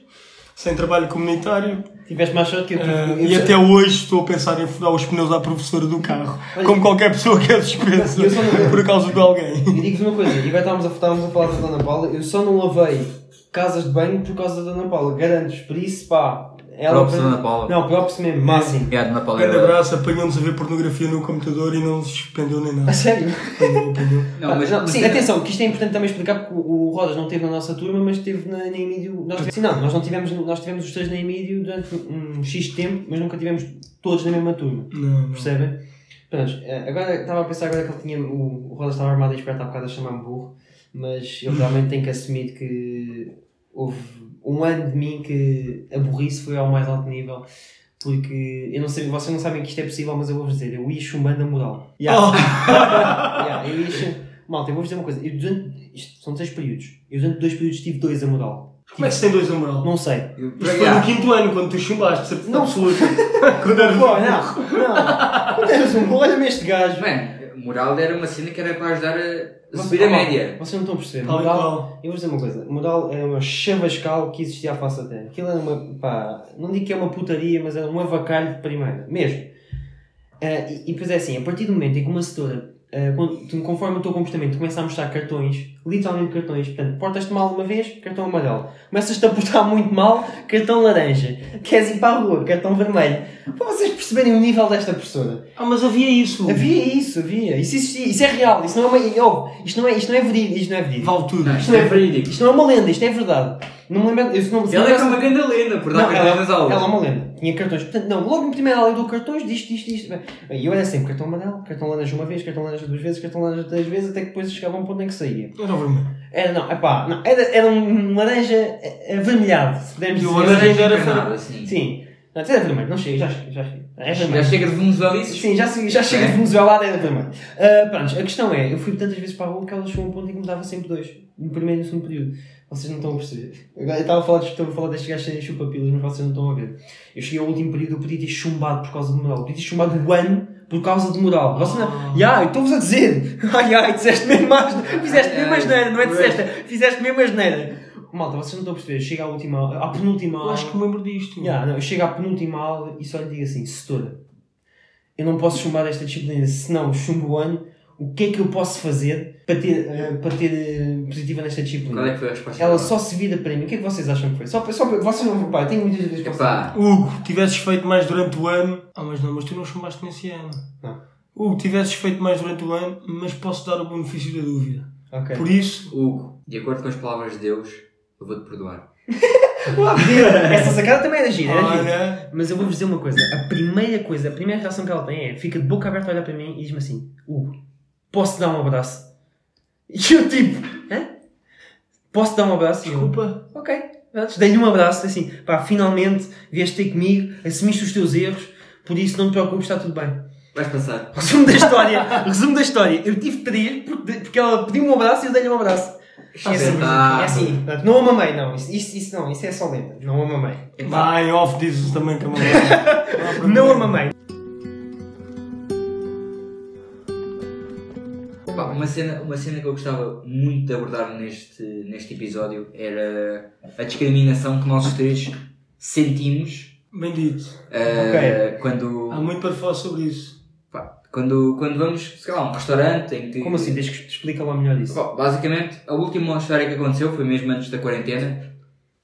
Sem trabalho comunitário.
Tiveste mais sorte que eu.
Ah,
tive-
e
eu-
até hoje estou a pensar em furar os pneus à professora do carro. como qualquer pessoa que é suspensa
Eu sou-
por causa de alguém.
E digo-vos uma coisa, e agora estávamos a, estávamos a falar da Dona Paula, eu só não lavei casas de banho por causa da Dona Paula, garanto-vos, por isso pá. Ela
Props, Dona Paula.
Não, próprio mesmo, máximo.
Obrigado, Ana
Um
Paula.
grande abraço, apanhou-nos a ver pornografia no computador e não nos suspendeu nem
A
nada.
sério?
Apanhou, apanhou.
É. Não, mas,
Não,
mas-
sim, atenção, que isto é importante também explicar porque o o Rodas não esteve na nossa turma, mas esteve na, na Emílio. Nós tivemos, sim, não, nós não tivemos, nós tivemos os três na Emílio durante um X tempo, mas nunca tivemos todos na mesma turma.
Não, não.
Percebem? Pronto, eh, agora estava a pensar agora que ele tinha. O, o Rodas estava armado e esperto há bocado a chamar-me burro, mas
Uhum.
eu realmente tenho que assumir que houve um ano de mim que a burrice foi ao mais alto nível. Porque eu não sei, vocês não sabem que isto é possível, mas eu vou-vos dizer, eu ia chumando a moral.
Oh,
Yeah. Yeah, eu ia chu- Malta, eu vou-vos dizer uma coisa, eu durante. Isto são três períodos. Eu durante dois períodos tive dois a moral.
Como é que se tem dois na moral?
Não sei.
Isto foi no quinto ano, quando tu chumbaste, certeza
Não.
absoluta. quando eras
Pô, não, não. Quando eras um olha-me este gajo.
Bem, o mural era uma cena que era para ajudar a
Vocês-
subir a
ah,
média.
Vocês não estão a perceber.
Tal e
Modal,
qual.
eu vou dizer uma coisa. Modal era uma chavascal que existia à face da terra. Aquilo era uma, pá, não digo que é uma putaria, mas era um avacalho de primeira. Mesmo. Ah, e, e depois é assim, a partir do momento em que uma setora, ah, quando- tu- conforme o teu comportamento, começa a mostrar cartões, literalmente cartões, portanto, portas-te mal uma vez, cartão amarelo. Começas-te a portar muito mal, cartão laranja. Queres ir para a rua, cartão vermelho. Para vocês perceberem o nível desta pessoa.
Ah, mas havia isso.
Havia isso, havia. Isso existia. Isso é real. Isso não é uma. Oh, isto não é, isto não é verídico. Isto não é verídico.
Vale tudo.
Não, isto é verídico.
Isto não é uma lenda. Isto é verdade. Não me lembro. Eu se não, se
Ela
não
é uma grande lenda por dar
não, ela,
cartões nas aulas.
ela é uma lenda. Tinha cartões. Portanto, não, logo no primeiro aula do cartões, disto, disto, disto. Bem, Eu era sempre cartão amarelo, cartão laranja uma vez, cartão laranja duas vezes, cartão laranja três vezes, até que depois chegava a um ponto em que saía.
Era o vermelho.
Era, não, epá, não, era, era um laranja eh, avermelhado, se pudermos
E o
dizer.
Ela
laranja era
encarnada,
fora.
assim.
Sim. Não, era vermelho, não chega, já chega, já chega. É vermelho.
Já chega de venezuelices.
Sim, já, se- já chega
É.
de Venezuela era vermelho. Ah, pronto, a questão é, eu fui tantas vezes para a rua que ela chegou a um ponto em que me dava sempre dois. No primeiro e no segundo período. Vocês não estão a perceber. Agora, Eu estava a falar, de- estava a falar destes gajos sem chupapilas, mas vocês não estão a ver. Eu cheguei ao último período, eu podia ter chumbado por causa de moral. Eu podia ter chumbado o ano por causa de moral. Vocês não... é
Ah.
Ya, eu estou-vos a dizer. Ai, ai, disseste mesmo mais... Fizeste mesmo
Ai,
mais neira, não é
pois.
disseste? Fizeste mesmo mais neira. Malta, vocês não estão a perceber. Eu chego à última aula, à penúltima
Eu
aula...
acho que me lembro disto.
Ya, não, eu chego à penúltima aula e só lhe digo assim, setora, eu não posso chumbar esta disciplina, senão chumbo o ano, o que é que eu posso fazer para ter, eh, para ter eh, positiva nesta
Qual
disciplina?
é que foi a resposta?
Ela
dela?
só se vira para mim, o que é que vocês acham que foi? Só, só vocês não, pá, eu tenho muitas vezes que
Epá,
Hugo, tivesses feito mais durante o ano. Ah, mas não, mas tu não chumbaste nesse ano.
Não.
Hugo, tivesses feito mais durante o ano, mas posso dar o benefício da dúvida.
Ok.
Por isso,
Hugo, de acordo com as palavras de Deus, eu vou-te perdoar.
Essa sacada também era gira, era gira.
olha,
Mas eu vou-vos dizer uma coisa, a primeira coisa, a primeira reação que ela tem é, fica de boca aberta a olhar para mim e diz-me assim, Hugo, posso dar um abraço? E eu tipo, hã? Posso dar um abraço? E eu,
desculpa.
Ok, antes dei-lhe um abraço, assim, pá, finalmente vieste ter comigo, assumiste os teus erros, por isso não te preocupes, está tudo bem.
Vais passar.
Resumo da história, resumo da história. Eu tive de ir porque, porque ela pediu-me um abraço e eu dei-lhe um abraço. É assim,
Espetáculo.
é assim, portanto, não a mamãe, não, isso, isso, isso não, isso é só lenda, não a mamãe.
Então,
Vai, em off dizes também que é uma merda.
é? Não é a mamãe.
Pá, uma, cena, uma cena que eu gostava muito de abordar neste, neste episódio era a discriminação que nós os três sentimos
Bendito.
eh, quando,
Há muito para falar sobre isso.
pá, quando, quando vamos, sei lá, a um restaurante em que.
Como assim, tens que explica lá melhor isso.
Bom, basicamente, a última história que aconteceu foi mesmo antes da quarentena.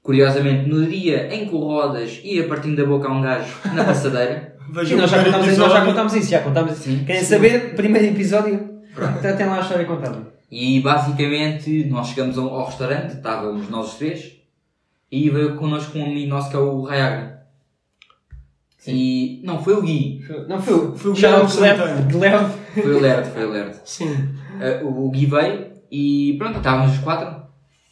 Curiosamente, no dia em que o Rodas ia partindo da boca a um gajo na passadeira.
E
Vejam
nós já
primeiro
contámos isso, nós já
episódio.
contámos isso, já contámos isso.
Sim.
Querem saber, primeiro episódio, até tem lá a história contada.
E basicamente nós chegamos ao, ao restaurante, estávamos nós os três, e veio connosco um amigo nosso que é o Rayaga. E não, foi o Gui.
Foi- Não foi o.
Foi o
Shout out Gleb-
Guilherme Santana.
Gleb.
Foi o Lerdo, foi o Lerdo.
Sim.
Eh, o Gui veio e pronto, estávamos os quatro.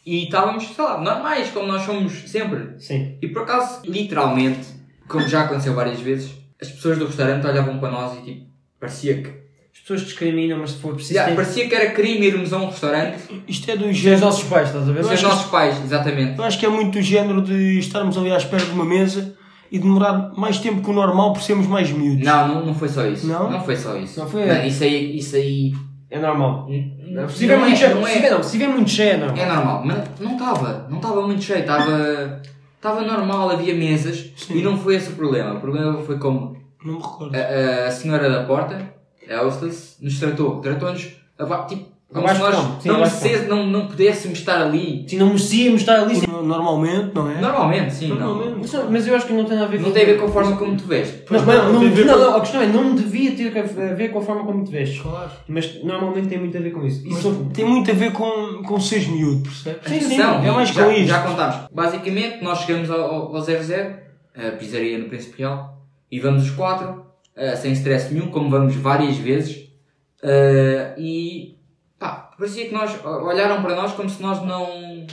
E estávamos, sei lá, normais, como nós somos sempre.
Sim.
E por acaso, literalmente, como já aconteceu várias vezes, as pessoas do restaurante olhavam para nós e tipo, parecia que.
As pessoas discriminam, mas se for preciso.
Yeah,
tem-
parecia que era crime irmos a um restaurante
Isto é do
Os
género.
nossos pais, estás a ver?
com os
acho que-
nossos pais, exatamente.
Eu acho que é muito do género de estarmos ali à espera de uma mesa e demorar mais tempo que o normal por sermos mais miúdos.
Não, não, não foi só isso.
Não?
foi só isso.
Não foi?
isso aí. Isso aí
É normal.
não,
Se tiver muito cheio,
é, não
se tiver
é,
não, se tiver muito cheio, não.
é normal. Mas não estava. Não estava muito cheio. Estava. Estava normal, havia mesas
Sim.
e não foi esse o problema. O problema foi como
Não me recordo.
a, a senhora da porta, a hostess, nos tratou. Tratou-nos a va- tipo, como se
Abaixo de pão.
nós
Sim,
não,
abaixo de
merecêssemos- não, não pudéssemos estar ali.
Se Tipo, não merecíamos estar ali. sim.
é Normalmente, não é?
Normalmente, sim. Não.
Normalmente.
Mas, não- mas eu acho que não tem nada a ver
não tem a ver com a forma como tu vês.
Mas,
Pois
mas,
não,
não,
tem a ver
não,
com-
não, a questão é, não devia ter a ver com a forma como te vês.
Claro.
Mas normalmente tem muito a ver com isso.
Mas
Isso
tem muito a ver com, com seres miúdo, percebes?
Sim, sim,
São,
é mais
já,
com isto.
Já contámos. Basicamente, nós chegamos ao- ao ao 00, a pizzaria no Príncipe Real, e vamos os quatro, eh, sem stress nenhum, como vamos várias vezes. eh, e pá, parecia que nós ó, olharam para nós como se nós não,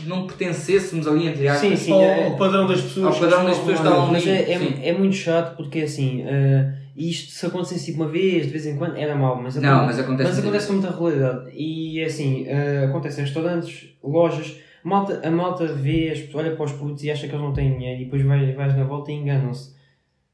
não pertencêssemos ali, entre aspas.
Sim, sim.
Ao,
é-
ao padrão das pessoas.
Ao padrão
que
das
estão
pessoas
lá.
estavam
Mas é,
Sim.
é, é muito chato porque assim, ah, isto se acontecesse tipo uma vez, de vez em quando, era mau, mas
Não, mas acontece.
Mas acontece com muita regularidade. E assim, eh, acontece em restaurantes, lojas. Malta, a malta vê, as pessoas- olha para os putos e acha que eles não têm dinheiro e depois vai, vais na volta e enganam-se.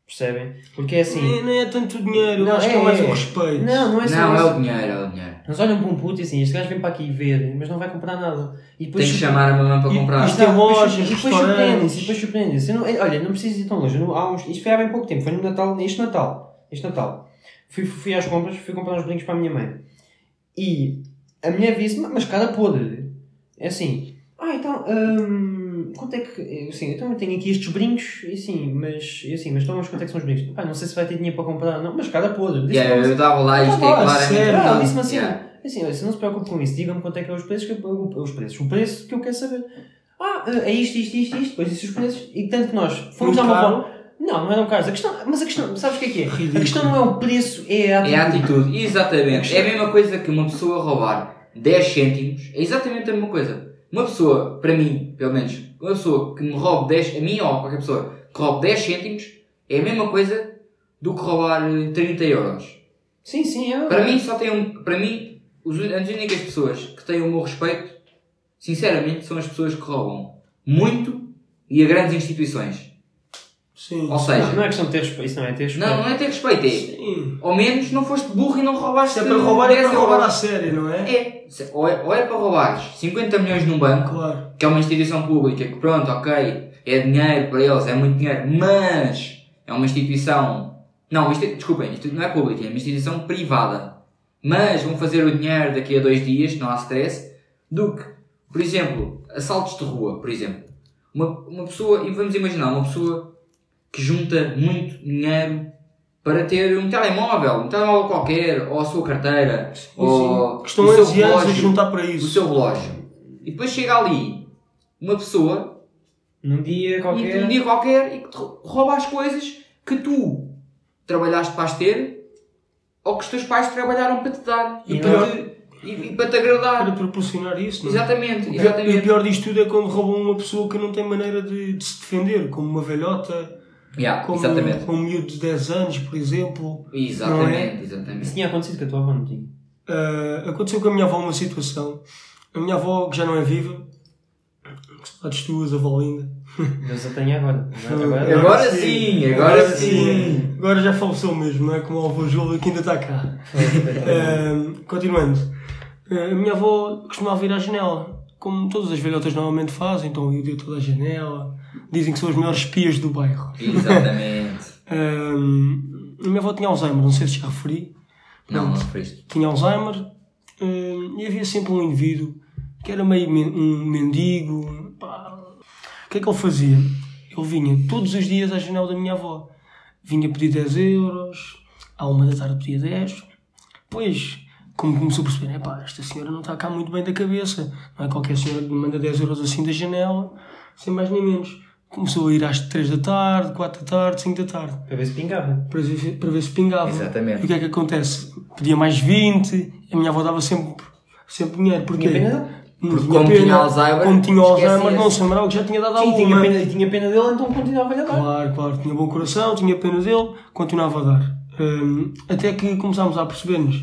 Percebem? Porque é assim.
Nem- nem é tanto o dinheiro,
Não,
acho que
é-
é mais
é.
o respeito.
Não, não é só
Não, é
isso.
o dinheiro, é o dinheiro.
Eles olham para um puto e assim, este gajo vem para aqui ver, mas não vai comprar nada. E
Tem
depois
que chamar a mamãe para
E-
comprar.
é
isto- Tem
um-
lojas,
e depois
restaurantes.
surpreendem-se, e depois surpreendem-se. Eu não- é, Olha, não preciso ir tão longe. Eu não- há uns- isto foi há bem pouco tempo, foi no Natal, este Natal. Este Natal. Fui, fui às compras, fui comprar uns brincos para a minha mãe. E a mulher disse-me, mas cara podre. É assim, ah, então, hum, quanto é que. Assim, então eu tenho aqui estes brincos, e assim, mas, e assim, mas então, mas quanto é que são os brincos? Pá, não sei se vai ter dinheiro para comprar, não, mas cara podre. Disse-me
Yeah, eu estava lá e isto
Ah,
é claramente.
sério?
ah,
não.
ele disse-me assim,
Yeah.
assim, olha, se não se preocupe com isso, diga-me quanto é que é os preços, que eu, eu- os preços, o preço que eu quero saber. Ah, é isto, isto, isto, isto, depois disse os preços, e tanto que nós fomos
um
Muito
dar uma
caro.
volta. Não, não eram caros, a questão, mas a questão, sabes o que é que é?
Ridículo.
A questão não é o preço, é a
É a
atitude.
atitude, exatamente. É a mesma coisa que uma pessoa roubar 10 cêntimos, é exatamente a mesma coisa. Uma pessoa, para mim, pelo menos, uma pessoa que me roube 10, a mim ou a qualquer pessoa, que roube 10 cêntimos, é a mesma coisa do que roubar eh, 30 euros.
Sim, sim, é.
Para mim, só tem um, para mim, os un- as únicas pessoas que têm o meu respeito, sinceramente, são as pessoas que roubam muito e a grandes instituições.
Sim.
Ou
Não,
seja,
não é questão de ter respeito, isso não é ter respeito.
não, não é ter respeito, é,
Sim.
ao menos não foste burro e não roubaste
Se é para roubar, é
10
para
euros.
roubar a sério, não é?
É. Se- Ou é, ou é para roubares 50 milhões num banco,
Claro.
que é uma instituição pública, que pronto, ok, é dinheiro para eles, é muito dinheiro, mas é uma instituição. Não, uma insti- desculpem, isto não é pública, é uma instituição privada. Mas vão fazer o dinheiro daqui a dois dias, não há stress, do que, por exemplo, assaltos de rua, por exemplo. Uma, uma pessoa, e vamos imaginar, uma pessoa que junta muito dinheiro para ter um telemóvel, um telemóvel qualquer, ou a sua carteira, ou
Sim. é Estão
o seu
11 anos a
relógio
juntar para
o
isso.
seu relógio. E depois chega ali uma pessoa,
Num dia
e
qualquer.
um dia qualquer, e que te rou- rouba as coisas que tu trabalhaste para as ter ou que os teus pais trabalharam para te dar e,
E
para, te, e- e para te agradar.
Para proporcionar isso, não é?
Exatamente,
O pior- E o
exatamente.
pior disto tudo é quando roubam uma pessoa que não tem maneira de, de se defender, como uma velhota,
Yeah,
como,
exatamente.
como um miúdo de 10 anos, por exemplo.
Exatamente,
Isso
exatamente.
tinha acontecido com a tua avó, não tinha?
Ah, aconteceu com a minha avó uma situação. A minha avó, que já não é viva, que saudades tuas, avó linda.
Deus a tenho agora. é Agora,
Agora sim, agora sim.
Agora já faleceu mesmo, não é? Como o avô Júlio que ainda está cá. Ah, continuando. Ah, a minha avó costumava vir à janela, como todas as velhotas normalmente fazem, então eu dia toda a janela. Dizem que são os melhores espias do bairro.
Exatamente.
Hum, a minha avó tinha Alzheimer, não sei se já referi.
não, não sofreste.
Tinha Alzheimer hum, e havia sempre um indivíduo que era meio men- um mendigo. pá. O que é que ele fazia? Ele vinha todos os dias à janela da minha avó. Vinha pedir 10 euros, à uma da tarde pedia 10. Pois, como começou a perceber, né, pá, esta senhora não está cá muito bem da cabeça. Não é qualquer senhora que me manda 10 euros assim da janela, sem mais nem menos. Começou a ir às 3 da tarde, 4 da tarde, 5 da tarde,
Para ver se pingava.
para ver, para ver se pingava.
Exatamente.
E o que é que acontece? Pedia mais 20, a minha avó dava sempre, sempre dinheiro. Porquê?
Tinha pena dele?
Não
Porque
tinha
como
pena.
tinha Alzheimer,
Como tinha Alzheimer, não
esquecia-se.
se lembrava que já tinha dado
Sim,
alguma.
tinha pena, tinha pena dele, então continuava a dar.
Claro, claro, tinha bom coração, tinha pena dele, continuava a dar. Hum, até que começámos a perceber-nos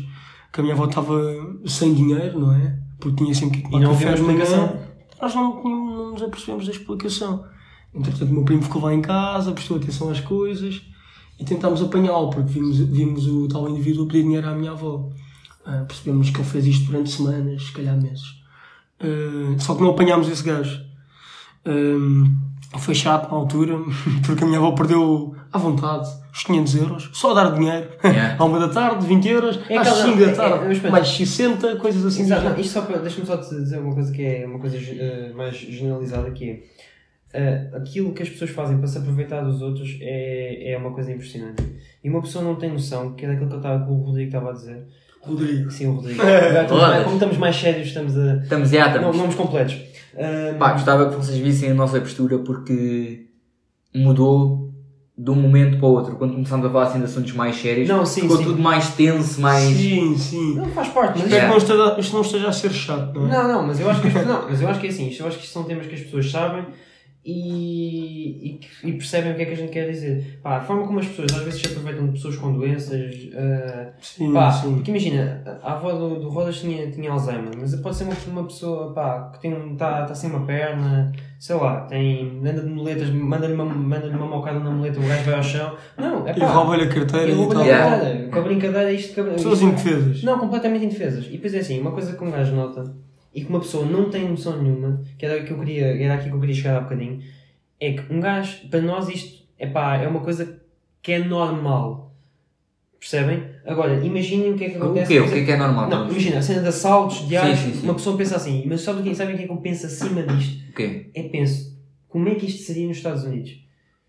que a minha avó estava sem dinheiro, não é? Porque tinha sempre que tomar
E não
café
havia
de manhã.
explicação.
Nós não, tínhamos- não nos apercebemos da explicação. Entretanto, o meu primo ficou lá em casa, prestou atenção às coisas e tentámos apanhá-lo, porque vimos, vimos o tal indivíduo pedir dinheiro à minha avó. Ah, percebemos que ele fez isto durante semanas, se calhar meses. Ah, só que não apanhámos esse gajo. Hum, foi chato na altura, porque a minha avó perdeu à vontade os 500 euros, só a dar dinheiro.
Yeah.
à uma da tarde, 20 euros,
É
às
aquela-
5 da
é- é- mas
tarde,
espera.
mais 60, coisas assim.
Exato,
do
não,
género.
isto só para. Deixa-me só te dizer uma coisa que é uma coisa eh, mais generalizada que é. eh, aquilo que as pessoas fazem para se aproveitar dos outros é, é uma coisa impressionante. E uma pessoa não tem noção, que é daquilo que, eu estava, que o Rodrigo estava a dizer.
Rodrigo.
Sim, o Rodrigo. Agora estamos-
Rodas.
é como estamos mais sérios, estamos a.
Estamos, já
Não,
estamos.
nomes completos. Ah,
Pá, gostava que vocês vissem a nossa postura porque mudou de um momento para o outro. Quando começámos a falar assim de assuntos mais sérios,
Não, sim,
ficou
sim.
tudo mais tenso, mais.
Sim, sim.
não faz parte, mas isto-
Espero é que não esteja, isto não esteja a ser chato, não é?
Não, não, mas eu acho que, as- não, mas eu acho que é assim, isto- eu acho que isto são temas que as pessoas sabem e, e, que- e percebem o que é que a gente quer dizer. Pá, a forma como as pessoas às vezes se aproveitam de pessoas com doenças. ah,
Sim,
pá,
sim.
porque imagina, a a avó do, do Rodas tinha, tinha Alzheimer, mas pode ser uma, uma pessoa pá, que está tá sem uma perna, sei lá, tem, anda de moletas, manda-lhe uma, manda uma mocada na moleta, o gajo vai ao chão. Não, é
E
pá.
rouba-lhe a carteira
eu
e
vou
tal.
Yeah.
brincadeira, com a brincadeira é isto que
Pessoas
isto-
indefesas.
não, completamente indefesas. E depois é assim, uma coisa que um gajo nota e que uma pessoa não tem noção nenhuma, que era, que eu queria, era aqui que eu queria chegar há bocadinho, é que um gajo, para nós isto, é pá, é uma coisa que é normal. Percebem? Agora, imaginem o que é que
O
acontece.
quê? O que é que é normal?
Não, imagina, a cena de assaltos, de armas,
sim, sim.
uma pessoa pensa assim, mas sabe quem sabe o que é que eu penso acima disto?
O quê?
É penso, como é que isto seria nos Estados Unidos?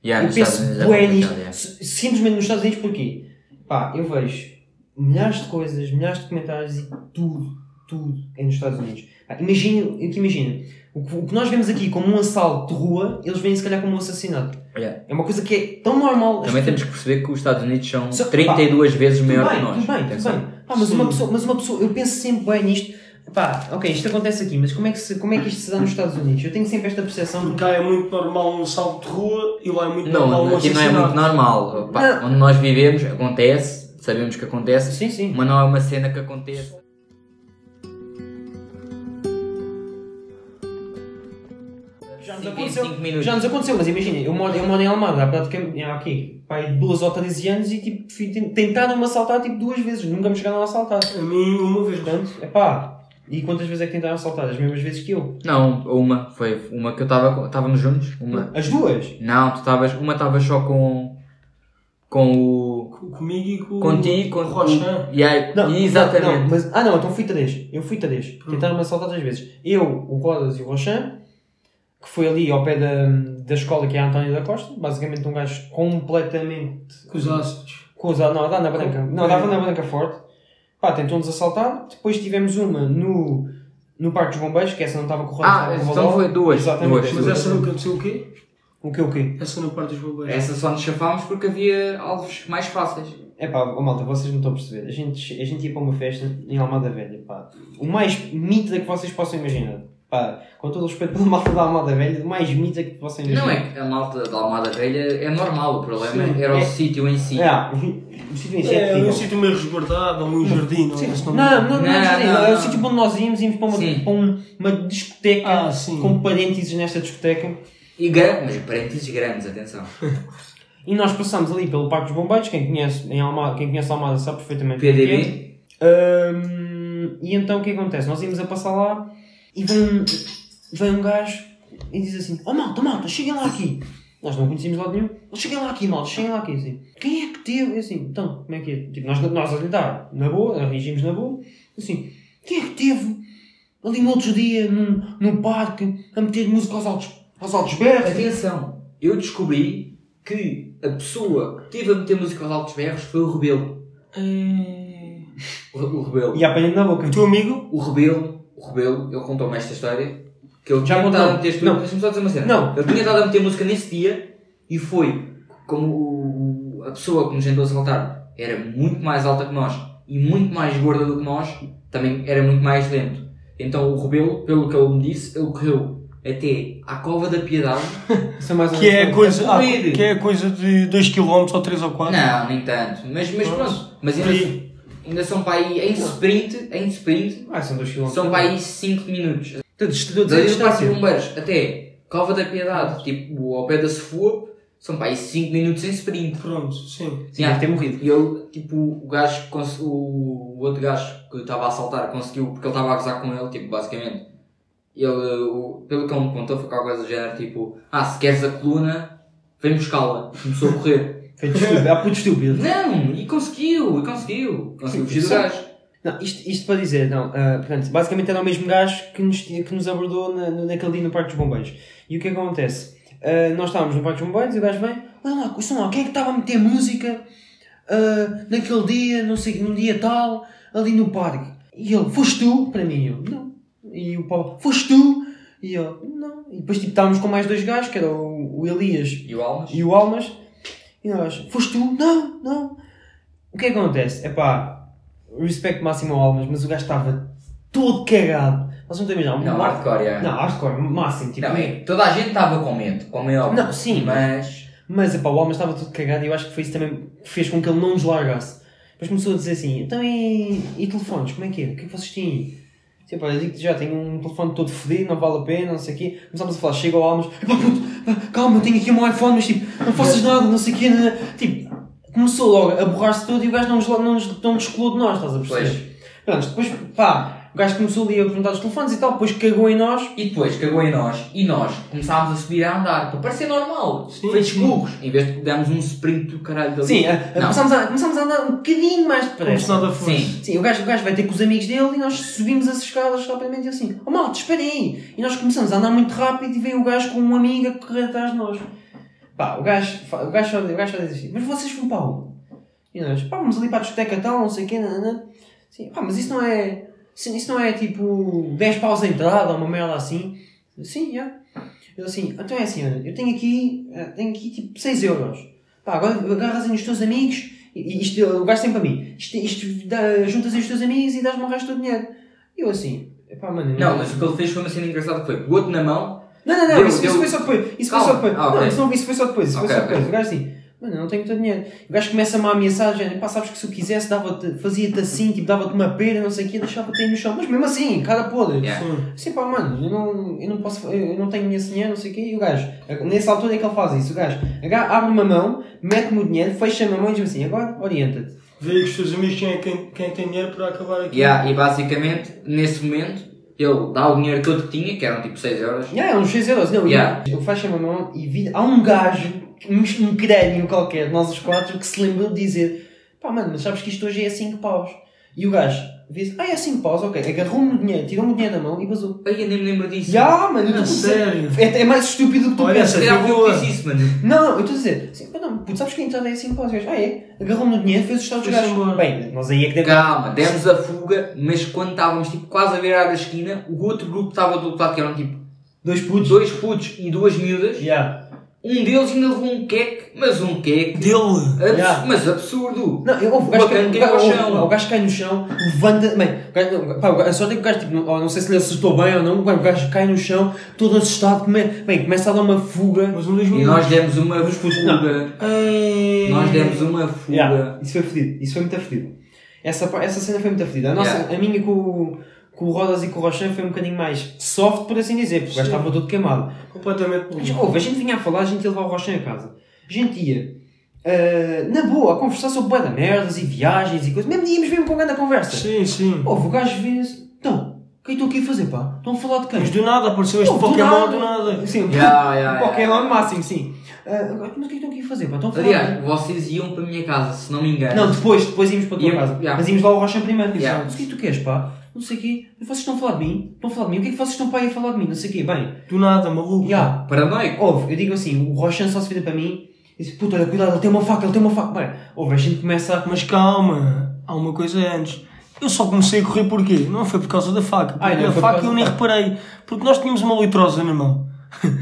Yeah,
Eu
nos
penso
Estados Unidos é
bué
complicado,
nisto.
yeah.
S- Simplesmente nos Estados Unidos porquê? Pá, eu vejo milhares de coisas, milhares de comentários e tudo, tudo é nos Estados Unidos. Pá, imagina, é que imagina, o que, o que nós vemos aqui como um assalto de rua, eles veem se calhar como um assassinato.
Yeah.
É uma coisa que é tão normal. as
Também
pessoas-
temos que perceber que os Estados Unidos são
Só-
32 vezes
tudo
maior
bem,
que nós.
Tudo bem, tudo
Atenção.
bem. Pá, mas uma,
Sim.
pessoa, mas uma pessoa, eu penso sempre bem nisto. Pá, ok, isto acontece aqui, mas como é que, se, como é que isto se dá nos Estados Unidos? Eu tenho sempre esta percepção
Porque cá é muito normal um salto de rua e lá é muito normal
Não,
um
aqui não é muito
assassinato.
normal. Pá,
Não.
Onde nós vivemos, acontece, sabemos que acontece,
Sim, sim.
mas não é uma cena que acontece.
Já nos
Cinco em
aconteceu,
cinco minutos.
já nos aconteceu, mas imagina, eu moro, eu moro em Almada há praticamente há aqui, pai, 12 ou 13 anos e tipo, fui- ten- tentaram-me assaltar tipo duas vezes, nunca me chegaram a assaltar.
A mim, uma vez.
Portanto, é pá, e quantas vezes é que tentaram assaltar? As mesmas vezes que eu?
Não, uma, foi uma que eu estava. Estávamos juntos? Uma.
As duas?
Não, tu estavas. Uma estava só com. com o.
Com- Comigo e com
contigo, com
o Rocha.
E aí,
Não,
exatamente.
não, mas, ah não, então fui três, eu fui três, tentaram-me assaltar três vezes. Eu, o Rodas e o Rochan, que foi ali ao pé da, da escola que é a António da Costa, basicamente um gajo completamente
Com os ácidos.
Com os, não, dá na branca.
Com-
Não, dava na branca forte. Pá, tentou-nos assaltar. Depois tivemos uma no, no Parque dos Bombeiros, que essa não estava com o Ronaldo,
Ah,
estava com o
então
Ronaldo.
foi duas, duas,
Exatamente.
Mas essa não aconteceu o quê?
O que, o quê?
Essa na parte dos bombeiros.
Essa só nos chafámos porque havia alvos mais fáceis.
É pá, ó, malta, vocês não estão a perceber. A gente, a gente ia para uma festa em Almada Velha, pá. O mais mita que vocês possam imaginar. Pá, com todo o respeito pela malta da Almada Velha, o mais mita que possam imaginar.
Não é que a malta da Almada Velha é normal, o problema
Sim,
era o
é-
sítio em si.
Ah, o sítio em si é
É, um
terrível.
sítio meio resguardado, um jardim, não é? Esse
Não, não, não, não,
Não,
é
não,
É o
não.
sítio onde nós íamos, íamos para uma,
Sim.
para um- uma discoteca.
Ah, sim.
com parênteses nesta discoteca
E grandes, mas parênteses grandes, atenção.
e nós passamos ali pelo Parque dos Bombeiros, quem conhece, em Almada, quem conhece Almada sabe perfeitamente o que é.
PDB,
Ahm, e então o que acontece? Nós íamos a passar lá e vem, vem um gajo e diz assim: Oh malta, malta, cheguem lá aqui. Nós não conhecíamos lado nenhum. "Oh, Cheguem lá aqui, malta, cheguem lá aqui. Assim, Quem é que teve? E assim, então, como é que é? Tipo, nós, nós a lidar, na boa, reagimos na boa. Assim, quem é que teve ali no outro dia, num, num parque, a meter música aos altos, aos altos berros?
atenção, eu descobri que a pessoa que teve a meter música aos altos berros foi o Rebelo.
É...
O, o Rebelo.
E apanhando na boca.
O teu amigo?
O Rebelo, o Rebelo, ele contou-me esta história. Que ele
Já
tinha
vou-
estado a
não,
meter este
não.
Deixa-me só dizer uma cena.
Não.
Ele tinha estado a meter música nesse dia e foi como o- o- a pessoa que nos tentou assaltar era muito mais alta que nós e muito mais gorda do que nós, também era muito mais lento. Então o Rebelo, pelo que ele me disse, ele correu até à Cova da Piedade.
Isso é mais ou
Que é
menos-
a coisa, ah,
correr.
que é a coisa de 2km ou 3 ou 4.
Não, nem tanto. Mas, mas pronto. Mas ainda, ainda são para aí em sprint, em sprint,
Ah, são 2 km.
são para aí 5 minutos.
Estou a dizer
Desde o Passo de
distância.
Bombeiros até Cova da Piedade, tipo, ao pé da Sefua, são para aí 5 minutos em sprint.
Pronto, sim.
Sim, deve ter morrido.
E ele, tipo, o gajo, cons- o o outro gajo que estava a assaltar conseguiu, porque ele estava a gozar com ele, tipo, basicamente. Ele, o- pelo que ele me contou, foi qualquer coisa do género, tipo, ah, se queres a coluna, vem buscá-la. Começou a correr.
Feito estúpido. Ah, puto estúpido.
Não, e conseguiu, e conseguiu. Conseguiu
Sim,
fugir do
sim.
gajo.
Não, isto, isto para dizer, não, ah, portanto, basicamente era o mesmo gajo que nos, tinha- que nos abordou na, na- naquele dia no Parque dos Bombeiros. E o que é que acontece? Ah, nós estávamos no Parque dos Bombeiros e o gajo vem, olha lá, ouçam lá, quem é que estava a meter música ah, naquele dia, não sei, num dia tal, ali no parque? E ele, foste tu? Para mim, eu, não. E o Paulo, foste tu? E ele, não. E depois tipo, estávamos com mais dois gajos, que era o, o Elias
E o Almas?
e o Almas, e nós, foste tu? Não, não. O que é que acontece? É pá, respeito máximo ao Almas, mas o gajo estava todo cagado. Nós não temos já
Não, hardcore, é.
Não, hardcore, máximo, tipo.
Não, é que toda a gente estava com medo, como é óbvio.
Não, sim,
mas.
Mas é pá, o Almas estava todo cagado e eu acho que foi isso também que fez com que ele não nos largasse. Depois começou a dizer assim, então e, e telefones, como é que é? O que é que vocês têm aí? Sim, pá, eu digo já, tenho um telefone todo fodido, não vale a pena, não sei o quê. Começámos a falar, chega ao Almas, pá, puto, pá, calma, eu tenho aqui um iPhone, mas tipo, não faças nada, não sei o quê. não- não." Tipo, começou logo a borrar-se todo e o gajo não nos, la- não nos, não nos colou de nós, estás a perceber? Pronto, depois, pá, o gajo começou ali a perguntar os telefones e tal, depois cagou em nós.
E depois cagou em nós e nós começámos a subir a andar para parecer normal.
Sim,
Feitos
sim.
burros. Em vez de darmos um sprint do caralho dali.
Sim, é. a- a-
Não.
começámos, a, começámos a andar um bocadinho mais
Como
depressa.
se nada fosse.
Sim.
Sim, o gajo, o gajo vai ter com os amigos dele e nós subimos as escadas rapidamente e ele assim, oh malta, esperem aí. E nós começamos a andar muito rápido e veio o gajo com um amigo a correr atrás de nós. Pá, o gajo, fa- o gajo, só, o gajo só diz assim, mas vocês vão para onde? E nós, pá, vamos ali para a discoteca tal, não sei o quê, nananã. Sim, pá, mas isso não é, sim, isso não é tipo 10 paus a entrada ou uma merda assim? Sim, já. Ele assim, então é assim, olha, eu tenho aqui, eh, tenho aqui tipo 6 euros. Pá, agora agarras aí nos teus amigos, e e isto, o gajo tem para mim, isto, isto dá, juntas aí os teus amigos e dás-me o resto do dinheiro. E eu assim, pá, mano,
Não, mas o que ele fez foi uma cena engraçada que foi o outro na mão.
não, não, não,
Deu-
isso, isso
deu-
foi só depois. Isso
Calma.
foi só depois.
Ah,
não,
ok.
isso não, isso foi só depois. Isso
Ok,
foi só depois.
ok.
O gajo assim, mano, eu não tenho todo dinheiro. O gajo começa-me a ameaçar, já, pá, sabes que se eu quisesse, dava-te, fazia-te assim, tipo, dava-te uma pera, não sei o quê, deixava-te aí no chão. Mas mesmo assim, cara podre.
Yeah.
Sim.
Sim, pá, mano, eu não, eu não posso, eu não tenho esse dinheiro, não sei o quê. E o gajo, nessa altura é que ele faz isso. O gajo aga- abre uma mão, mete-me o dinheiro, fecha-me a mão e diz assim, agora orienta-te.
Vê com os teus amigos quem, é- quem, quem tem dinheiro para acabar aqui.
Yeah, e basicamente, nesse momento, ele dá o dinheiro todo que tinha, que eram tipo 6 euros.
Já, é uns 6 euros. Não,
Yeah.
eu fecho-me a mão e vi, há um gajo, um, um crânio qualquer, de nós os quatro, que se lembrou de dizer, pá, mano, mas sabes que isto hoje é 5 paus. E o gajo disse, ah, é 5 paus, ok. Agarrou-me o dinheiro, tirou-me o dinheiro da mão e vazou.
Aí eu nem me lembro disso.
Já, mano, eu estou
A
a
sério.
dizer- é, é mais estúpido do que tu
Olha,
pensas.
Se calhar foi
Foi
eu que
boa.
disse isso, mano.
Não, não, eu estou a dizer, assim, pá, não, puto, sabes que a entrada é 5 paus. O gajo, ah, é? Agarrou-me o dinheiro, fez os estados
Foi-se
gajos.
embora.
Bem, nós aí é que devemos...
Calma, demos a fuga, mas quando estávamos tipo quase a virar a esquina, o outro grupo estava do outro lado, que eram tipo
Dois putos.
dois putos e duas miúdas.
Yeah.
Um deles ainda levou um queque, mas um queque
Dele.
Abs-
Yeah.
Mas absurdo!
Não, eu, o, gajo cai,
bacana
o,
que é
gajo-
ao
o-
chão.
o gajo cai no chão, levanta. Bem, o gajo, não, pá, o gajo- a sorte é que o gajo, tipo, não, não sei se lhe assustou bem ou não, o gajo cai no chão, todo assustado, come, bem, começa a dar uma fuga.
Mas um dos
E nós demos uma
Os putos- não.
fuga.
Ei.
Nós demos uma fuga.
Yeah, isso foi fedido, isso foi muito fedido. Essa, pa- essa cena foi muito fedida. A, nossa,
Yeah.
a minha com, o- com o Rodas e com o Rochan foi um bocadinho mais soft, por assim dizer, porque o gajo
Sim.
estava todo queimado.
é Completamente
Mas, ouve, a gente vinha a falar, a gente ia levar o Rochan a casa. A gente ia, ah, na boa, a conversar sobre bué de merdas e viagens e coisas. Mesmo íamos mesmo com a grande conversa.
Sim, sim.
Ouve, o gajo vê-se. Então, o que é que estou aqui a fazer, pá? Estão a falar de quem?
Mas do nada apareceu este
Oh, do
Pokémon
nada.
do nada.
Sim,
Yeah, yeah,
Pokémon
é um yeah.
máximo, sim. Ah, mas o que é que estão aqui a fazer, pá? Estão a falar de-
Aliás, vocês iam para a minha casa, se não me engano.
Não, depois, depois íamos para a tua
Íamos-
casa.
yeah.
Mas íamos lá ao Rocha primeiro.
Yeah.
Mas o que é que tu queres, pá? Não sei o quê. Vocês estão a falar de mim? Estão a falar de mim? O que é que vocês estão para aí a falar de mim? Não sei o quê. Bem,
Do nada, maluco.
yeah,
Paranoico.
Ouve, eu digo assim, o Rochan só se vira para mim e diz, puta, olha, cuidado, ele tem uma faca, ele tem uma faca. Bem, ouve, a gente começa a...
Mas calma, há uma coisa antes. Eu só comecei a correr porquê? Não foi por causa da faca. Porque
Ai, não,
a
foi por
faca
causa
eu
da
nem
faca.
reparei. Porque nós tínhamos uma litrosa na mão.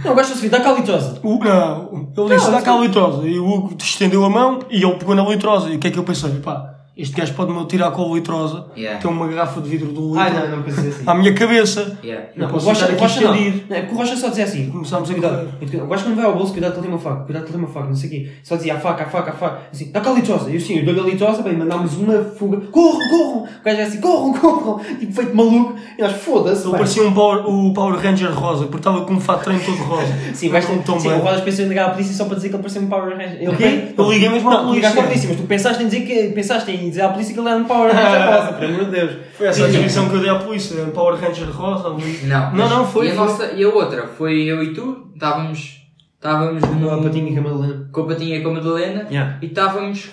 Não, gosto de subir, dá cá a litosa.
O, não, ele disse, dá cá a litrosa. E o Hugo estendeu a mão e ele pegou na litrosa. E o que é que eu pensei? Pá, este gajo pode-me tirar com a litrosa.
Yeah.
Tem uma garrafa de vidro de um litro.
Ai, não, não pensei assim.
À minha cabeça.
Yeah.
Eu
Não, o
posso
Rocha,
ficar
o
aqui
Rocha não.
estendido.
não. É porque o Rocha só dizia assim.
Começámos a
cuidado,
correr.
muito cuidado. O Rocha quando vai ao bolso, cuidado que ele tem uma faca, cuidado que ele tem uma faca, não sei o quê. Só dizia a faca, a faca, a faca. Assim, dá cá a litosa. E eu sim, eu dou-lhe a litosa, bem, mandámos uma fuga. Corram, corram! O gajo é assim, corram, corram! Tipo, feito maluco. E nós, foda-se,
Ele
pá.
parecia um Power, o Power Ranger rosa, porque estava com um fato de treino todo rosa.
Sim, vais ter
tão
sim,
bem.
o Rodas pensou em ligar à polícia só para dizer que ele parecia um Power Ranger. Ele
quê? Eu liguei mesmo à
Não, ligaste
polícia.
à polícia, mas tu pensaste em dizer que pensaste em dizer à polícia que ele era um Power Ranger rosa, pelo amor de Deus.
Foi essa a descrição que eu dei à polícia, um Power Ranger rosa. um-
Não,
não,
mas-
não, foi.
E a,
foi.
nossa, e a outra? Foi eu e tu, estávamos, estávamos
Não, a
num-
patinha camelã.
com a patinha e com a Madalena
Yeah.
e estávamos.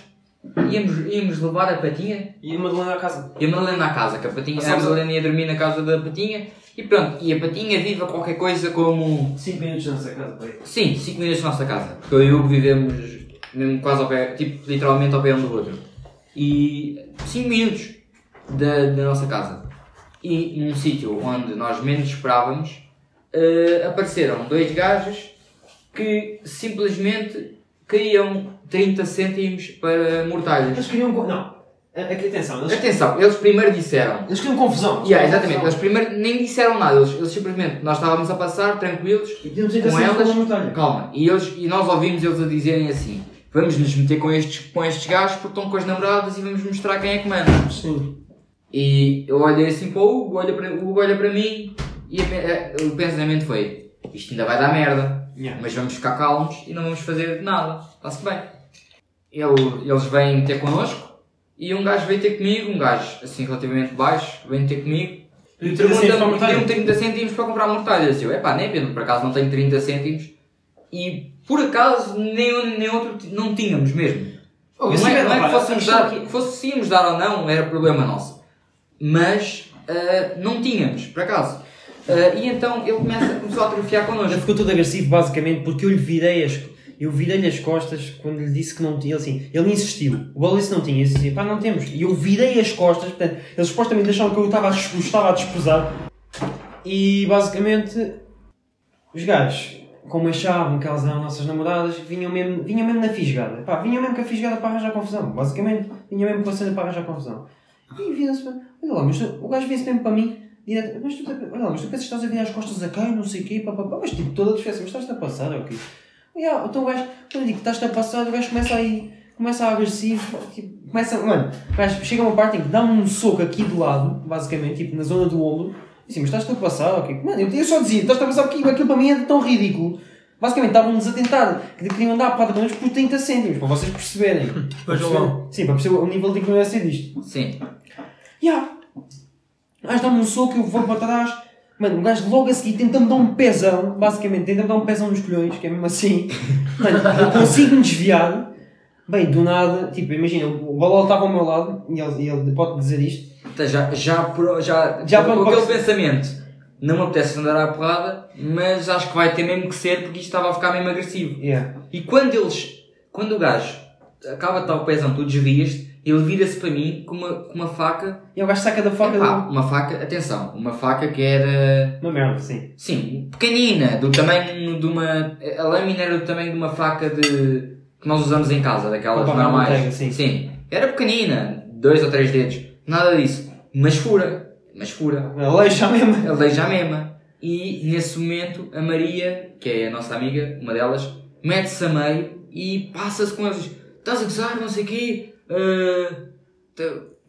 Íamos, íamos levar a patinha
E uma Madalena à casa.
e a Madalena à casa, que a patinha a
Passámos a-
Madalena ia dormir na casa da patinha e pronto, e a patinha viva qualquer coisa como
5 minutos na nossa casa, pai.
Sim, 5 minutos da nossa casa. Porque eu e o Hugo vivemos mesmo quase ao pé, tipo, literalmente ao pé um do outro. E 5 minutos da, da nossa casa. E num sítio onde nós menos esperávamos, eh, apareceram dois gajos que simplesmente queriam 30 cêntimos para mortalhas.
Eles queriam. co- Não, A- aqui atenção, eles,
Atenção, eles primeiro disseram
eles queriam confusão.
Yeah, exatamente. Eles primeiro nem disseram nada, eles, eles simplesmente, nós estávamos a passar tranquilos
E tínhamos que
com
acender
elas.
fogo na montanha.
Calma, e, eles, e nós ouvimos eles a dizerem assim: vamos nos meter com estes, com estes gajos porque estão com as namoradas e vamos mostrar quem é que manda.
Sim.
E eu olhei assim para o Hugo, olha para, o Hugo olha para mim e a pe- eh, o pensamento foi: isto ainda vai dar merda,
Yeah.
mas vamos ficar calmos e não vamos fazer nada, está-se bem. Ele- eles vêm ter connosco e um gajo veio ter comigo, um gajo assim relativamente baixo, vem ter comigo e
Pediu
é
30 cêntimos para
pergunta-me:
mortalha.
pediu 30 cêntimos para comprar mortalhas? Eu, epá, nem é pena, por acaso não tenho 30 cêntimos e por acaso nem um nem outro ti- não tínhamos mesmo
Oh,
não
esse
é,
cara,
não é que
pá,
fôssemos
a questão
dar, que fosse, se íamos dar ou não, era problema nosso. Mas ah, não tínhamos, por acaso. Ah, e então ele começa, começou a atrofiar
Ele
connosco.
ficou todo agressivo, basicamente, porque eu lhe virei as, eu virei as costas quando lhe disse que não tinha. Ele, assim, ele insistiu. O Bolo disse que não tinha. Eu disse assim, pá, não temos. E eu virei as costas. Portanto, eles supostamente acharam que eu estava a, des- os estava a desposar. E, basicamente, os gajos, como achavam que elas eram nossas namoradas, vinham mesmo, vinham mesmo na fisgada. Pá, vinham mesmo com a fisgada para arranjar confusão. Basicamente, vinham mesmo com a cena para arranjar confusão. E viram-se para... Olha lá, mas o gajo vira-se mesmo para mim. Direto, mas tu, te- olha lá, mas tu pensas que estás a virar as costas a quem, não sei o quê, papapá, mas tipo, toda a desfeita, mas estás-te a passar, ou o quê? E, ah, então o gajo, quando eu digo que estás-te a passar, o gajo começa aí, começa a agressivo, tipo, começa, mano, o gajo chega a uma parte em que dá-me um soco aqui do lado, basicamente, tipo, na zona do ombro, e assim, mas estás-te a passar, ou o quê? Mano, eu, eu só dizia, estás-te a passar, porque aquilo para mim é tão ridículo. Basicamente, estavam-nos a tentar, que queriam dar a porrada para nós por 30 cêntimos, para vocês perceberem. Para
Vejam
perceberem-
lá.
Sim, para perceber o nível de ignorância disto.
Sim.
Ya! O gajo dá-me um soco, eu vou para trás. Mano, o gajo logo a seguir tenta-me dar um pezão, basicamente, tenta-me dar um pezão nos colhões, que é mesmo assim. Mano, eu consigo me desviar. Bem, do nada, tipo, imagina, o balão estava ao meu lado, e ele, e ele pode dizer isto.
Então, já, já, por- já,
Já
com
para-
aquele
para-
pensamento. Não me apetece andar à porrada, mas acho que vai ter mesmo que ser porque isto estava a ficar mesmo agressivo.
Yeah.
E quando eles. Quando o gajo acaba de dar o pezão, tu desvias-te, ele vira-se para mim com uma, com uma faca.
E o gajo saca da faca
Epá,
do...
uma faca, atenção, uma faca que era.
Uma merda, sim.
Sim, pequenina, do tamanho de uma. A lâmina era do tamanho de uma faca de. que nós usamos em casa, daquelas
Para parar
normais.
manteiga, sim.
Era pequenina, dois ou três dedos, nada disso. Mas fura, mas fura.
Aleixa mesmo.
Aleija a mesma. E nesse momento a Maria, que é a nossa amiga, uma delas, mete-se a meio e passa-se com eles. Estás a gozar, não sei o quê. ah, tá-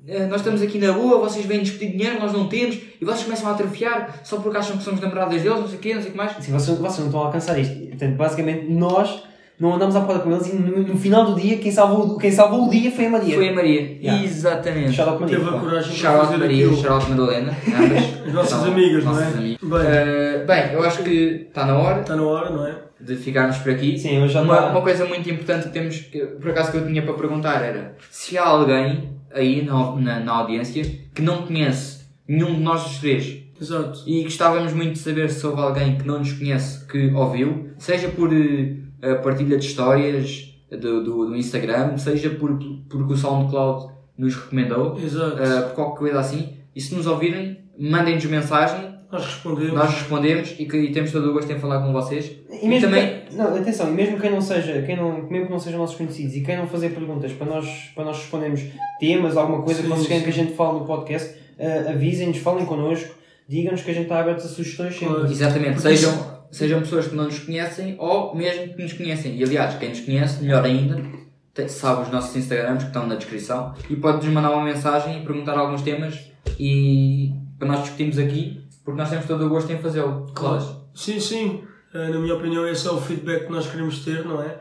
ah, nós estamos aqui na rua, vocês vêm-nos pedir dinheiro, nós não temos, e vocês começam a atrofiar só porque acham que somos namoradas deles, não sei o quê, não sei o que mais.
Assim, vocês, vocês não estão a alcançar isto. Portanto, basicamente, nós não andámos à porta com eles e no, no final do dia, quem salvou, quem salvou o dia foi a Maria.
Foi a Maria,
Yeah.
exatamente.
Shout out Maria.
Teve a
pá.
coragem para
Charlotte
fazer
Maria,
aquilo.
Charlotte Madalena, ambas.
As nossas
São
amigas, não é?
nossas amigas.
Bem,
Ah, bem, eu acho que está na hora
está na hora, não é?
de ficarmos por aqui.
Sim, hoje já tá-
uma,
está...
uma coisa muito importante que temos, que, por acaso que eu tinha para perguntar era se há alguém aí na, na, na audiência que não conhece nenhum de nós dos três
Exato.
e gostávamos muito de saber se houve alguém que não nos conhece que ouviu, seja por eh, a partilha de histórias do, do, do Instagram, seja por, porque o SoundCloud nos recomendou.
Exato.
eh, por qualquer coisa assim. E se nos ouvirem, mandem-nos mensagem,
Nós respondemos.
nós respondemos e, que, e temos todo o gosto em falar com vocês.
E mesmo
também-
quem- não, atenção, e mesmo quem não seja, quem não, mesmo que não sejam nossos conhecidos e queiram fazer perguntas para nós, para nós respondermos temas, alguma coisa que
Sim,
vocês querem que a
sim.
gente fale no podcast, ah, avisem-nos, falem connosco, digam-nos que a gente está aberto a sugestões sempre.
Claro.
Exatamente,
Porque
sejam, é um- sejam pessoas que não nos conhecem ou mesmo que nos conhecem. E aliás, quem nos conhece, melhor ainda, te- sabe os nossos Instagrams que estão na descrição e pode-nos mandar uma mensagem e perguntar alguns temas e para nós discutirmos aqui, porque nós temos todo o gosto em fazê-lo.
Claro. Sim, sim. Eh, na minha opinião, esse é o feedback que nós queremos ter, não é?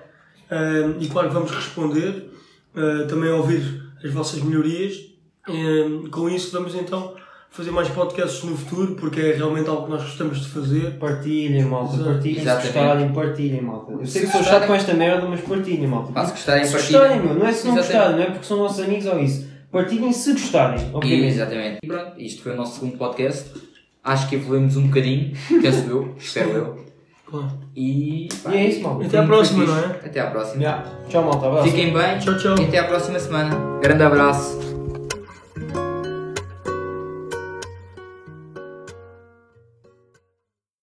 Eh, e claro que vamos responder, eh, também ouvir as vossas melhorias. Eh, com isso, vamos então fazer mais podcasts no futuro, porque é realmente algo que nós gostamos de fazer.
Partilhem, malta,
Exato.
partilhem, se
Exatamente.
gostarem, partilhem, malta. Eu sei que
Se
sou
gostarem-
chato com esta merda, mas partilhem, malta.
Pá, se gostarem,
se
partilhem.
gostarem, meu, não é se não
Exatamente.
gostarem, não é porque são nossos amigos ou isso. Partilhem se gostarem,
E,
obviamente.
exatamente. E pronto, isto foi o nosso segundo podcast. Acho que evoluímos um bocadinho, penso eu, espero eu.
Claro.
E, pá,
E é isso, malta.
foi
Até à
muito
próxima,
fixe.
não é?
Até à próxima.
Yeah. Tchau, malta, abraço.
Fiquem bem
Tchau, tchau.
e até à próxima semana. Grande abraço.